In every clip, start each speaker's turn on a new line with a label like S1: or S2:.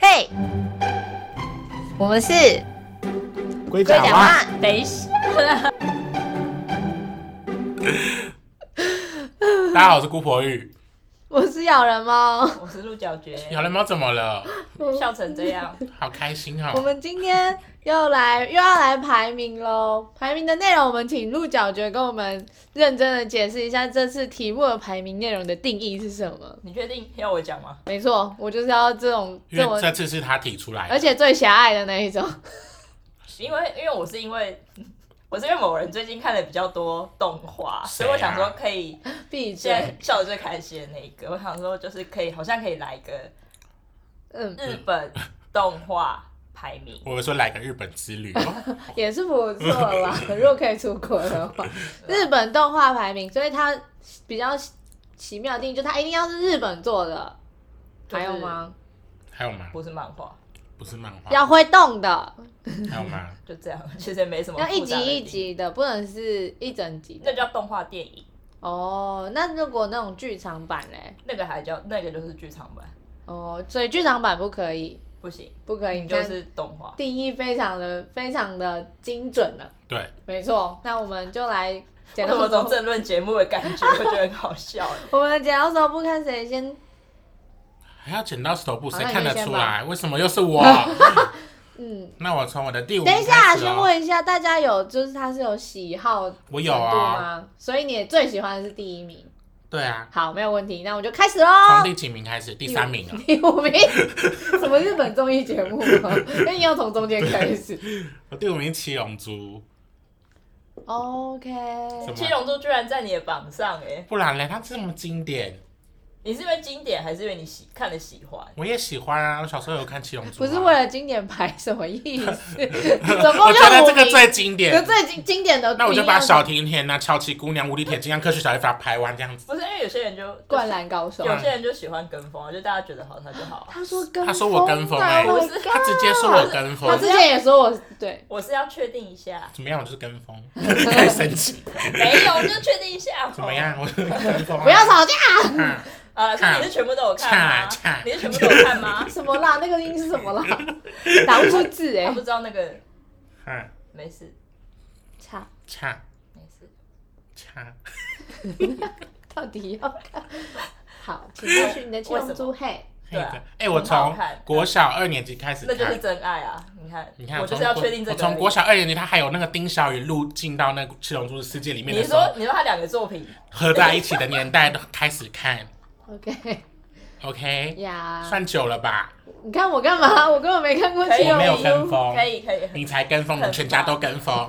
S1: 对，我们是
S2: 龟
S1: 龟
S2: 甲
S1: 甲
S2: 蛙，
S1: 蛙。
S3: 等一下，
S2: 大家好，我是姑婆玉。
S1: 我是咬人猫。
S3: 我是鹿角蕨，
S2: 有人猫怎么了？
S3: 笑成这样，
S2: 好开心
S1: 我
S2: 哦！
S1: 们今天又来又要来排名喽。排名的内容，我们请鹿角蕨跟我们认真的解释一下这次题目的排名内容的定义是什么。
S3: 你确定要我讲吗？
S1: 没错，我就是要这种
S2: 因
S1: 这种，
S2: 为这次是他提出来的，
S1: 而且最狭隘的那一种。
S3: 因为因为我是因为我是因为某人最近看了比较多动画，
S2: 谁啊
S3: 所以我想说可以
S1: 闭
S3: 现
S1: 嘴。
S3: 在笑的最开心的那一个，我想说就是可以好像可以来一个
S1: 嗯，
S3: 日本动画排名，
S2: 我们说来个日本 之旅哦，
S1: 也是不错啦。 如果可以出国的话，日本动画排名，所以它比较奇妙的定义，就它一定要是日本做的。
S3: 就是
S1: 还有吗？
S2: 还有吗？
S3: 不是漫画，
S2: 不是漫画，
S1: 要会动的，
S2: 还有吗？
S3: 就这样， 其实也没什么
S1: 要一
S3: 复杂
S1: 集
S3: 的
S1: 一，集的，不能是一整集的
S3: 那。叫动画电影，
S1: 哦，那如果那种剧场版嘞？
S3: 那个还叫那个就是剧场版，
S1: 哦，所以剧场版不可以，
S3: 不行，
S1: 不可以，
S3: 你
S1: 你
S3: 就
S1: 看
S3: 是动画。
S1: 定义非常的非常的精准了。
S2: 对，
S1: 没错，那我们就来剪
S3: 为什么
S1: 刀
S3: 从
S1: 手，
S3: 政论节目的感觉，我觉得很好笑。
S1: 我们剪刀手不看谁先，
S2: 还要剪刀石头布，
S1: 好
S2: 谁
S1: 那你
S2: 看得
S1: 先
S2: 出
S1: 吧
S2: 来？为什么又是 我？
S1: 嗯，
S2: 那我从我的第五名
S1: 等一下，啊
S2: 开始
S1: 先
S2: 哦，
S1: 问一下大家有就是他是有喜好程
S2: 我
S1: 度
S2: 有啊，
S1: 吗？所以你也最喜欢的是第一名。
S2: 对啊，
S1: 好，没有问题，那我就开始
S2: 从
S1: 喽。
S2: 第几名开始？第三名啊，
S1: 哦第五名， 什么日本综艺节目吗？那你要从中间开始。
S2: 我第五名七龙珠，
S1: OK，
S2: 什么啊
S3: 七龙珠居然在你的榜上哎、
S2: 不然嘞，它这么经典，
S3: 你是因为经典还是因为你喜看了喜欢？
S2: 我也喜欢啊。我小时候有看七龙珠啊，
S1: 不是为了经典排什么意 思？总共
S2: 我觉得
S1: 就
S2: 这
S1: 五
S2: 个
S1: 名，
S2: 最经
S1: 可
S2: 典。
S1: 最经经典的不一样。
S2: 那我就把小甜甜啊、乔琪姑娘、无敌铁金刚、科学小一法排完这样子。
S3: 不是因为有些人就
S1: 灌，篮高手
S3: 就，有些人就喜欢跟风，啊就大家觉得好那就好。啊
S1: 他说跟
S2: 他说我跟风哎、
S1: 啊 Oh my
S2: 他直接说我跟风
S1: 他，之前也说我对，
S3: 我是要确定一下，
S2: 怎么样？我就是跟 风，太神奇，
S3: 哦没有就确定一下。哦
S2: 怎么？样？我就是跟风、啊，
S1: 不要吵架
S2: 嗯
S3: 啊，所以你是全部都有看
S2: 恰
S3: 吗
S2: 恰？
S3: 你是全部都有 看吗？
S1: 什么啦？那个音是什么啦？打不出字
S3: 他
S1: 哎
S3: 不，知道那个，
S2: 嗯，
S3: 没事
S1: 差
S2: 恰
S3: 没事。
S2: 恰，
S1: 到底要看？好，请继续你的七龙珠嘿，
S3: 对啊
S2: 哎、我
S3: 很好
S2: 从
S3: 看
S2: 国小二年级开始
S3: 那就是
S2: 看。
S3: 真爱啊！你看，
S2: 你看，
S3: 我就
S2: 从
S3: 是要
S2: 国
S3: 确定这
S2: 我
S3: 个。
S2: 从国小二年级，他还有那个丁小雨入进到那个《七龙珠》的世界里面
S3: 你
S2: 的时候
S3: 说，你说他两个作品，
S2: 合在一起的年代都开始看
S1: ，OK
S2: ，OK，
S1: 呀，
S2: 算久了吧？
S1: 你看我干嘛？ 我根本没看过
S3: 可
S1: 七
S3: 以
S2: 我没有
S1: 龙
S2: 跟
S1: 珠，
S2: 风，
S3: 哎可以可以，
S2: 哦你才跟风，
S3: 很
S2: 你全家都跟风，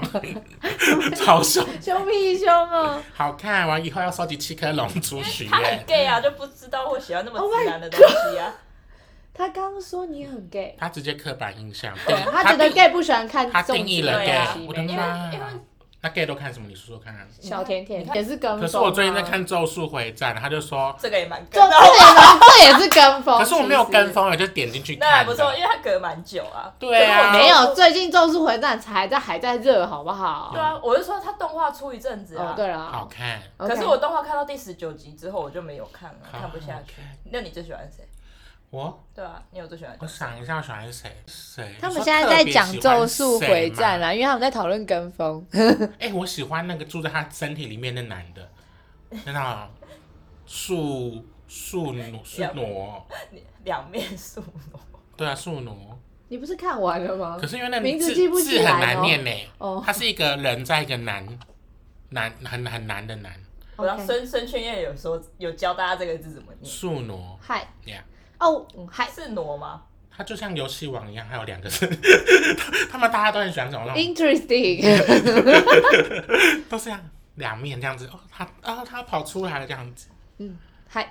S2: 超凶，
S1: 凶屁凶哦
S2: 好看。我以后要收集七颗龙珠许
S3: 他很
S2: 愿。
S3: gay 啊，就不知道会喜欢那么
S1: Oh my
S3: 直男的东西啊。
S1: 他刚刚说你很 gay。
S2: 他直接刻板印象，
S1: 对，他觉得
S2: 定
S1: gay 不喜欢看
S2: 他
S1: 这种
S2: 定义
S1: 奇
S2: 了
S1: 怪
S3: 对
S2: gay，、
S3: 啊
S1: 的
S2: 我的
S3: 因为
S2: 妈
S3: 因为！
S2: 那 gay 都看什么？你说说看。啊
S1: 小甜甜
S3: 你看
S1: 也是跟风啊。
S2: 可是我最近在看《咒术回战》，他就说，
S3: 这个也蛮
S1: 这，
S3: 跟
S1: 这
S3: 的，
S1: 也蛮啊这也是跟风。
S2: 可是我没有跟
S1: 其实。
S2: 风，我就点进去
S3: 那还
S2: 看。
S3: 不错，因为他隔蛮久啊。
S2: 对啊，
S1: 没有，最近《咒术回战》才在还在热，好不好
S3: 对？啊，我是说他动画出一阵子
S1: 哦
S3: 啊，，
S1: 对
S2: 好
S1: 了，
S2: 看，
S3: 可是我动画看到第十九集之后，我就没有看了，
S2: 好
S3: 看不下去
S2: 好看。
S3: 那你最喜欢谁？
S2: 我
S3: 对啊，你有最喜欢
S2: 我
S3: 谁？
S2: 想一下，我喜欢谁？谁？
S1: 他们
S2: 你说
S1: 现在在讲
S2: 特
S1: 《
S2: 别喜欢
S1: 咒术回战》啊
S2: 谁吗。
S1: 啦，因为他们在讨论跟 风。
S2: 哎、我喜欢那个住在他身体里面的男的，那种树树奴树 奴，
S3: 你两面宿傩，
S2: 对啊，树奴。
S1: 你不是看完了吗
S2: 可？是因为那
S1: 哦名字
S2: 字
S1: 记不起
S2: 字很
S1: 来
S2: 难
S1: 哦
S2: 念呢、
S1: 哦
S2: 它是一个人在一个男男很很难的难
S3: 我知道
S1: OK
S3: 孙孙圈燕有说有教大家这个字怎么念，
S2: 树挪
S1: 嗨
S2: 呀，
S1: 哦，嗯嗨，
S3: 是挪吗？
S2: 它就像游戏王一样，还有两个字， 他们大家都很喜欢这种那种，
S1: Interesting，
S2: 都是这样两面这样子哦，他啊他跑出来了这样子，
S1: 嗯，嗨，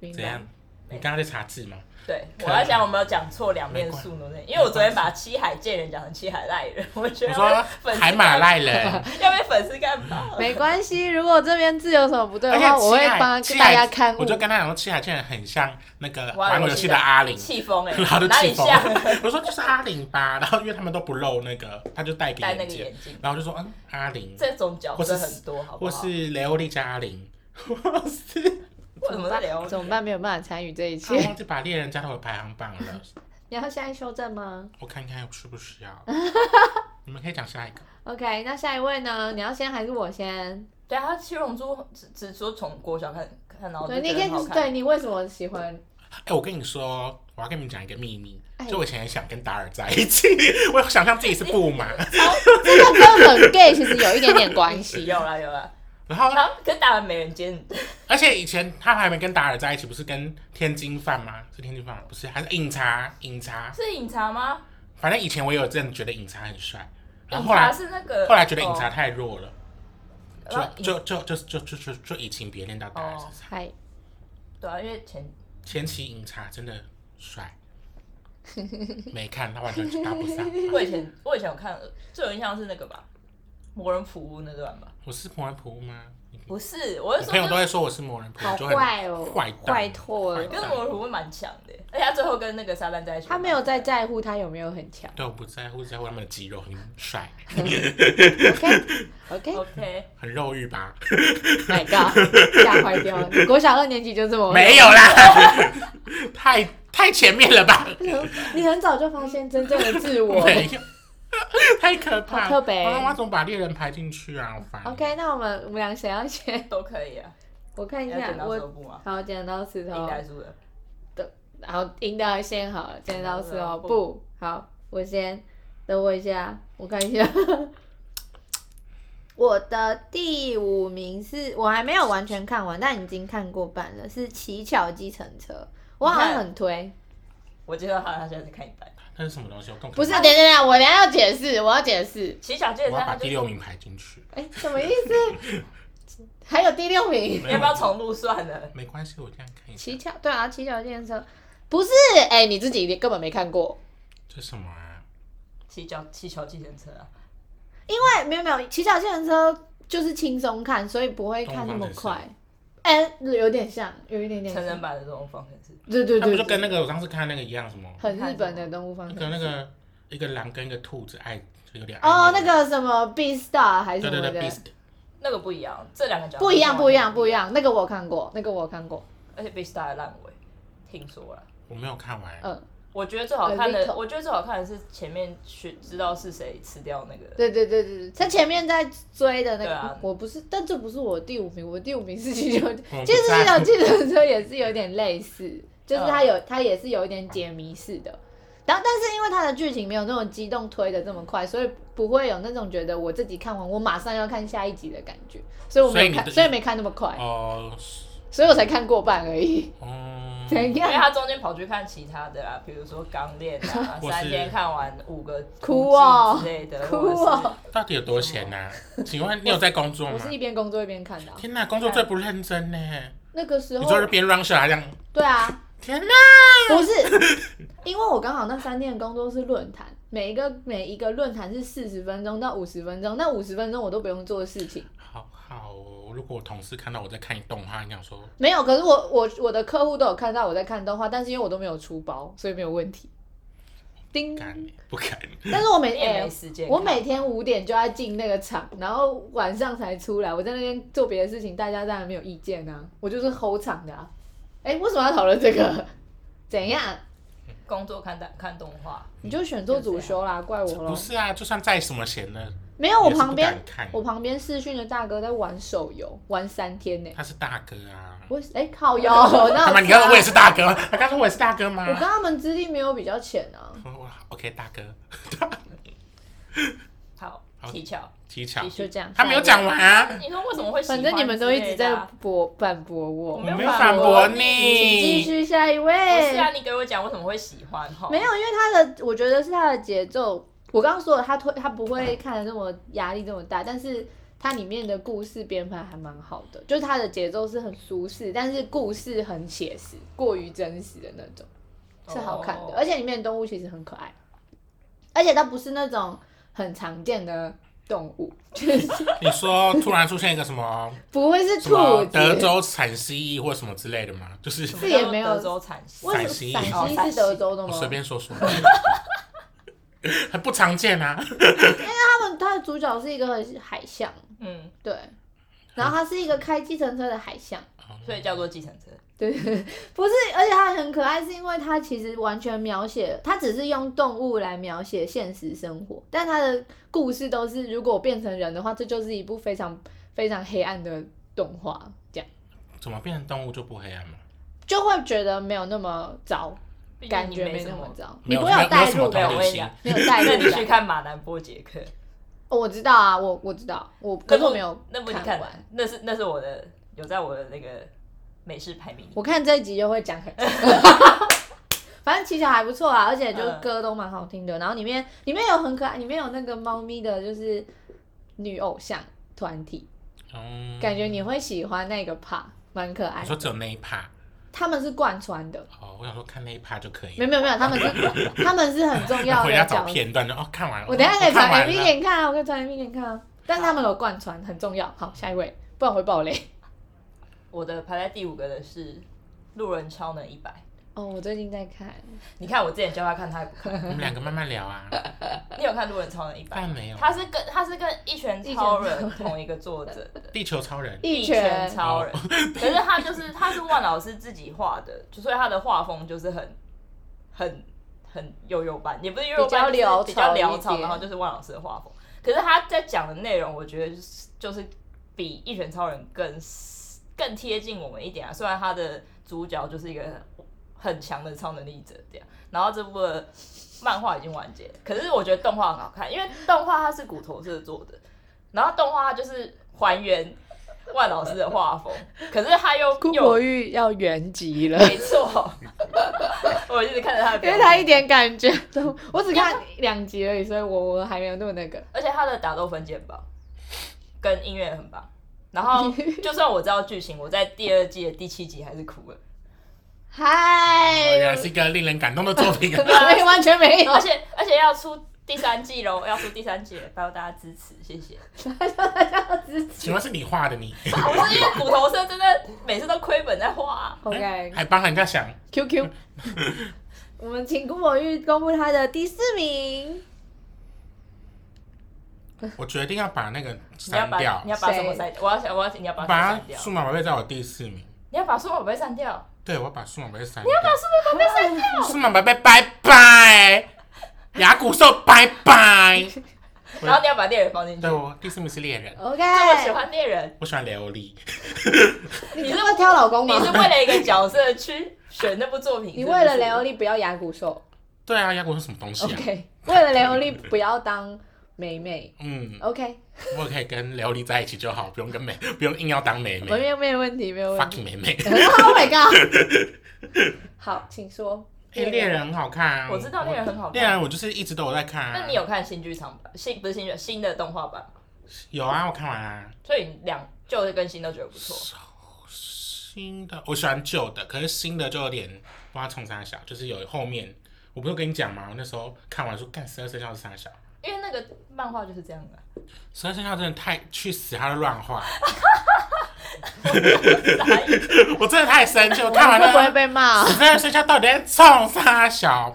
S1: 明
S2: 怎
S1: 白
S2: 样？？你刚刚在查字吗？
S3: 对，
S2: 可
S3: 我
S2: 能
S3: 在想有没有讲错两面宿傩那，因为我昨天把七海贱人讲成七海赖人， 我觉
S2: 我
S3: 得
S2: 说
S3: 粉丝
S2: 海马 赖人，
S3: 要被粉丝干爆。
S1: 没关系，如果这边字有什么不对
S2: 而
S1: 的
S2: 且
S1: 话，我
S2: 七
S1: 会
S2: 海
S1: 帮
S2: 七
S1: 大
S2: 海
S1: 家看误
S2: 我。就跟他讲说七海竟然很像那个
S3: 玩
S2: 玩
S3: 游
S2: 游
S3: 戏
S2: 戏
S3: 的
S2: 的阿玲。
S3: 气疯 哎，
S2: 然后就
S3: 哪
S2: 气
S3: 里
S2: 疯
S3: 像？
S2: 了， 我说就是阿玲吧，然后因为他们都不露那个，他就戴个
S3: 戴那
S2: 眼
S3: 个
S2: 镜，
S3: 眼镜，
S2: 然后就说嗯阿玲，
S3: 这种角色很多，好不
S2: 或
S3: 好？
S2: 是雷欧利加阿玲，或是
S3: 为什么在聊？
S1: 怎么办？没有办法参与这一
S2: 他
S1: 切。
S2: 忘记把猎人加到我的排行榜了。
S1: 你要现在修正吗
S2: 我看看是不是要。你们可以讲下一个。
S1: ？OK，那下一位呢？你要先还是我先？
S3: 对啊，他七龙珠只只说从国小看看到，
S1: 对，你
S3: 可
S1: 可
S3: 以
S1: 以就是对你为什么喜欢？
S2: 哎、我跟你说，我要跟你们讲一个秘密
S1: 哎，
S2: 就我以前很想跟达尔在一起， 我想象自己是布 马，
S1: 这个跟很 gay 其实有一点点关 系。
S3: 有啦有啦，
S2: 然后
S3: 然后可是打完没人接你，
S2: 而且以前他还没跟达尔在一起，不是跟天津饭吗？是天津饭吗不是，还是饮茶饮茶。
S3: 是饮茶吗？
S2: 反正以前我也有真的觉得饮茶很帅，然啊
S3: 饮
S2: 后后来
S3: 茶是那个，
S2: 后来觉得饮
S3: 哦呃
S2: 茶太弱了，
S3: 然后饮
S2: 就
S3: 哦
S2: 就就就就就就以情别恋到达尔身上。
S1: 嗨，
S3: 对啊，因为前
S2: 前期饮茶真的帅， 没看他完全搭不 上。
S3: 我以前我以前有看，最有印象是那个吧，魔人普乌那段吧？
S2: 我是魔人普乌吗？
S3: 不是，我
S2: 我
S3: 是
S2: 朋友
S3: 说
S2: 都会说我是魔人普乌，
S1: 好
S2: 就很
S1: 坏哦
S2: 坏蛋
S1: 坏透了
S2: 坏
S3: 跟
S2: 蛋
S3: 魔人普乌蛮强的，而且他最后跟那个撒旦在一起，
S1: 他没有在在乎他有没有很 强。
S2: 对，我不在乎，只在乎他们的肌肉很 帅，
S1: OK，Oh
S3: OK，
S2: 很肉欲吧？
S1: My God，吓坏掉了！国小二年级就这么
S2: 没有啦， 太太前面了吧？
S1: 你很早就发现真正的自我。
S2: 没有，太可怕了。
S1: 好特别
S2: 妈妈怎么把猎人排进去啊？好烦。
S1: OK，那我们我们俩谁要先？
S3: 都可以啊，
S1: 我看一
S3: 要剪
S1: 下，
S3: 刀石头
S1: 我
S3: 布吗？
S1: 好剪刀石
S3: 应
S1: 头，
S3: 该输了，
S1: 然后赢的先好了，剪刀石头
S3: 嗯
S1: 布。好，我先，等我一下，我看一 下。我的第五名是我还没有完全看完，但已经看过半了，是《乞巧计程车》，我好像很推。
S3: 我介绍他，他现在在看一半。
S2: 那是什么东西？我更
S1: 不是，等啊等等，我等一下要解释，我要解释。
S3: 其实小健
S2: 我
S3: 身
S2: 要把
S3: 他
S2: 第
S3: 就
S2: 六
S3: 说，
S2: 名排进去。
S1: 哎、什么意思？ 还有第六名，
S3: 要不要重录算了？
S2: 没关系，我这样看一下。
S1: 骑巧对啊，骑巧电车不是哎、你自己根本没看过，
S2: 这什么啊？
S3: 骑脚骑球计程车啊，
S1: 因为没有没有骑巧电车就是轻松看，所以不会看那么快。哎、有点像，有一点点像
S3: 成人版的这种方程式，
S1: 对对
S2: 那不
S1: 对
S2: 就跟
S1: 对，
S2: 那个我上次看那个一样，什么
S1: 很日本的动物方
S2: 那
S1: 程
S2: 个
S1: 式
S2: 那个一个狼跟一个兔子哎爱有点
S1: 哦，
S2: 暧昧
S1: 那个什么 B Star 还是
S2: 对
S1: 什么
S2: 对
S1: 的，
S2: 对，Beast
S3: 那个不一样，这两个角
S1: 不一样不一样不一
S3: 样，
S1: 样，那个我看过，那个我看过，
S3: 而且 b e a s t a 的烂尾，听说了。
S2: 我没有看完，
S1: 嗯，
S3: 我觉得最好看
S1: Little
S3: 的，我觉得最好看的是前面去知道是谁吃掉那个，
S1: 对对对对对，他前面在追的那个，
S3: 对啊
S1: 我不是，但这不是我第五名，我第五名是骑脚
S2: 我不
S1: 其实
S2: 在
S1: 这
S2: 乎嗯
S1: 种计程车也是有点类似，就是它有它也是有一点解谜式的，然后但是因为它的剧情没有那种激动推的这么快，所以不会有那种觉得我自己看完我马上要看下一集的感觉，所以我没有看，
S2: 所以你的
S1: 所以没看那么快，
S2: 哦
S1: 所以我才看过半而已。
S2: 哦，
S1: 怎
S3: 因为
S1: 样？
S3: 他中间跑去看其他的啊啦，比如说钢炼 啊，
S2: 或是
S3: 三天看完五个
S1: 哭哦
S3: 之类的，
S1: 哭
S3: 或者
S1: 哦！
S2: 到底有多闲呐？请问你有在工作
S1: 我
S2: 吗
S1: 是？一边工作一边看的啊、
S2: 天哪，工作最不认真呢！
S1: 那个时
S2: 你
S1: 候
S2: 说是边 run shot 还这样？
S1: 对 啊，
S2: 天哪！
S1: 不是，因为我刚好那三天的工作是论坛，每一个每一个论坛是四十分钟到五十分钟，那五十分钟我都不用做事情。
S2: 好好哦，如果我同事看到我在看动画，你想说
S1: 没有，可是我我我的客户都有看到我在看动画，但是因为我都没有出包，所以没有问题。叮！
S2: 敢不敢？
S1: 但是我每
S3: 你也没
S1: 天、
S3: 时间看，
S1: 哎我每天五点就要进那个场，然后晚上才出来。我在那边做别的事情，大家当然没有意见啊。我就是吼场的啊。哎、为什么要讨论这 个？怎样？
S3: 工作看动看动画，
S1: 你就选做主修啦，怪我喽
S2: 不。是啊，就算再什么闲呢，
S1: 没有，我
S2: 也是
S1: 旁
S2: 不
S1: 边
S2: 敢看。
S1: 我旁边视讯的大哥在玩手游，玩三天呢、
S2: 他是大哥啊，
S1: 我哎、靠腰，那啊
S2: 干嘛？你刚刚我也是大哥，他刚说我也是大哥吗
S1: 我？跟他们资历没有比较浅啊。
S2: 我 OK 大哥，
S3: 好
S2: 好
S3: 技巧。
S2: 技巧
S3: 继续
S1: 就这样，
S2: 他没有讲完啊，
S3: 你说为什么会喜
S1: 反
S3: 欢之类的啊？啊
S1: 正你们都一直在驳反驳我，
S3: 我
S2: 我没
S3: 没
S2: 有反
S3: 有反
S2: 驳
S3: 驳
S1: 请继
S2: 你。
S1: 续下一位。
S3: 不是啊，你给我讲为什么会喜欢哈？
S1: 没有，因为他的，我觉得是他的节奏。我刚刚说了，他推他不会看的那么压力这么大，但是它里面的故事编排还蛮好的，就是它的节奏是很舒适，但是故事很写实，过于真实的那种，是好看的。
S3: 哦
S1: 而且里面的动物其实很可爱，而且它不是那种很常见的动物，就是
S2: 你说突然出现一个 什么
S1: 不会是
S2: 什
S1: 兔
S2: 么啊
S1: 子。
S2: 德州产蜥蜴或什么之类的吗？就是
S3: 什么
S1: 这也
S3: 叫做
S1: 没有
S3: 德州产西
S1: 为
S2: 陕西
S1: 什么陕西是德州的
S2: 我
S1: 吗？
S2: 哦随便 说说，很不常见啊。
S1: 他们他的主角是一个海象，
S3: 嗯，
S1: 对，然后他是一个开计程车的海象，
S3: 所以叫做计程车。
S1: 对，不是，而且它很可爱，是因为它其实完全描写，它只是用动物来描写现实生活，但它的故事都是，如果我变成人的话，这就是一部非常非常黑暗的动画，这样
S2: 怎么变成动物就不黑暗嘛？
S1: 就会觉得没有那么糟，
S3: 毕竟
S1: 感
S3: 你
S1: 觉
S3: 没
S1: 没
S3: 什
S1: 那
S3: 么
S1: 么。糟，你
S2: 没有
S1: 不
S2: 没有没有
S1: 代
S2: 什么
S1: 入
S3: 没
S1: 感
S3: 有
S2: 同，
S3: 我
S2: 理
S3: 跟你
S2: 心
S3: 讲，
S1: 没有代
S3: 那
S1: 入
S3: 你去
S1: 感。
S3: 看马南波杰克，
S1: 哦我知道啊，我我知道，我可
S3: 那
S1: 是我
S3: 部
S1: 没有
S3: 那部你
S1: 看
S3: 看
S1: 完
S3: 完，，那是那是我的有在我的那个美式排名里。
S1: 我看这一集就会讲 很多。反正其实还不错啊，而且就是歌都蛮好听的，然后里面里面有很可爱，里面有那个猫咪的，就是女偶像团体，
S2: 嗯，
S1: 感觉你会喜欢那个 part，蛮可爱
S2: 你。说只有那一趴
S1: 他们是贯穿的，
S2: 哦，我想说看那一趴就可以
S1: 没
S2: 了。
S1: 有没有没有，他
S2: 啊
S1: 们是他们是很重要
S2: 回
S1: 的
S2: 家
S1: 角
S2: 找
S1: 色。
S2: 片段就哦，看完了。
S1: 我等一下可以
S2: 哦看
S1: 传
S2: 完
S1: MV
S2: 了。
S1: 给你看啊，我可以传 MV 给你看啊，但是他们有贯穿，很重要。好，下一位，不然会爆雷。
S3: 我的排在第五个的是《路人超能一百》，
S1: 哦，我最近在 看，
S3: 你看我之前叫他看，他也不看。
S2: 我们两个慢慢聊啊，
S3: 你有看《路人超能一百》？
S2: 但没有。
S3: 他是跟他是跟《一拳超人》同一个作者的，
S2: 地球超人，
S1: 一
S3: 拳
S1: 拳
S3: 超人》。可是他就是他是万老师自己画的，就所以他的画风就是很很很悠悠版，也不是悠悠
S1: 比较
S3: 版，就是比较
S1: 潦草一
S3: 潦草，
S1: 点
S3: 然后就是万老师的画风。可是他在讲的内容，我觉得就是就是比《一拳超人更》更贴近我们一点啊。虽然他的主角就是一个很强的超能力者这样，然后这部的漫画已经完结了，可是我觉得动画很好看，因为动画它是骨头社做的，然后动画它就是还原万老师的画风，可是他又
S1: 顾
S3: 又
S1: 博玉要原籍了。
S3: 没错， 我一直看着他的
S1: 因
S3: 表
S1: 为他一
S3: 情，
S1: 点感觉都，我只看两集而已，所以我我还没有那么那个。
S3: 而且他的打斗分解很棒，跟音乐很棒。然后，就算我知道剧情，我在第二季的第七集还是哭了，
S2: 哦原
S1: 嗨
S2: 来，是一个令人感动的作品 啊。
S1: 没 完全没有
S3: 而。且 而且要出第三季喽，要出第三季了，拜托大家支持，谢谢。
S2: 请问是你画的你，
S3: 不是因为骨头社真的每次都亏本在画、啊，
S1: OK，QQ，、
S2: 还哎帮人家想
S1: 我们请顾某玉公布他的第四名。
S2: 我决定要把那个
S3: 你要
S2: 删
S3: 把
S2: 掉
S3: 你，要把什么删？掉？我要想我要你要把
S2: 把
S3: 什么删
S2: 它
S3: 掉？
S2: 数码宝贝在我第四名。
S3: 你要把数码宝贝删掉？
S2: 对，我要把数码宝贝删掉。你要把数
S1: 他被删掉。
S2: 数码宝贝拜拜，牙骨兽拜拜。我
S3: 然后你要把猎人放进去
S2: 对，。 我第四名是猎人，
S1: OK，
S3: 这么喜欢猎人，
S2: 我喜欢雷欧利。
S1: 你这么挑老公
S3: 你
S1: 吗
S3: 是？为了一个角色去选那部作品？
S1: 你为了雷欧
S3: 利，
S1: 丽不要牙骨兽
S2: 对啊，牙骨兽什么东西 啊？
S1: ，OK？为了雷欧丽不要当美美
S2: 嗯，
S1: ，OK？
S2: 我可以跟雷欧利在一起就好，不用跟美， 不用硬要当美
S1: 没
S2: 美
S1: 有没有问题，没有问题。
S2: ，fucking 美 美。
S1: Oh my god！好， 请说。
S2: 哎，猎人很好看啊，
S3: 我知道猎人很好
S2: 猎
S3: 看。
S2: 人我就是一直都有在看啊。
S3: 那你有看新剧场版？新不是新剧，新的动画版吗？
S2: 有啊？我看完啊。
S3: 所以你两旧的跟新都觉得不错。
S2: 新的我喜欢旧的，可是新的就有点不知道冲啥小，就是有后面我不是跟你讲吗？我那时候看完说干十二生肖是啥小，
S3: 因为那个漫画就是这样的、
S2: 十二生肖真的太去死，他就乱画，
S3: 傻眼
S2: 我真的太生气，我看完
S1: 会不会
S2: 了
S1: 被骂？
S2: 十二生肖到底在冲啥小？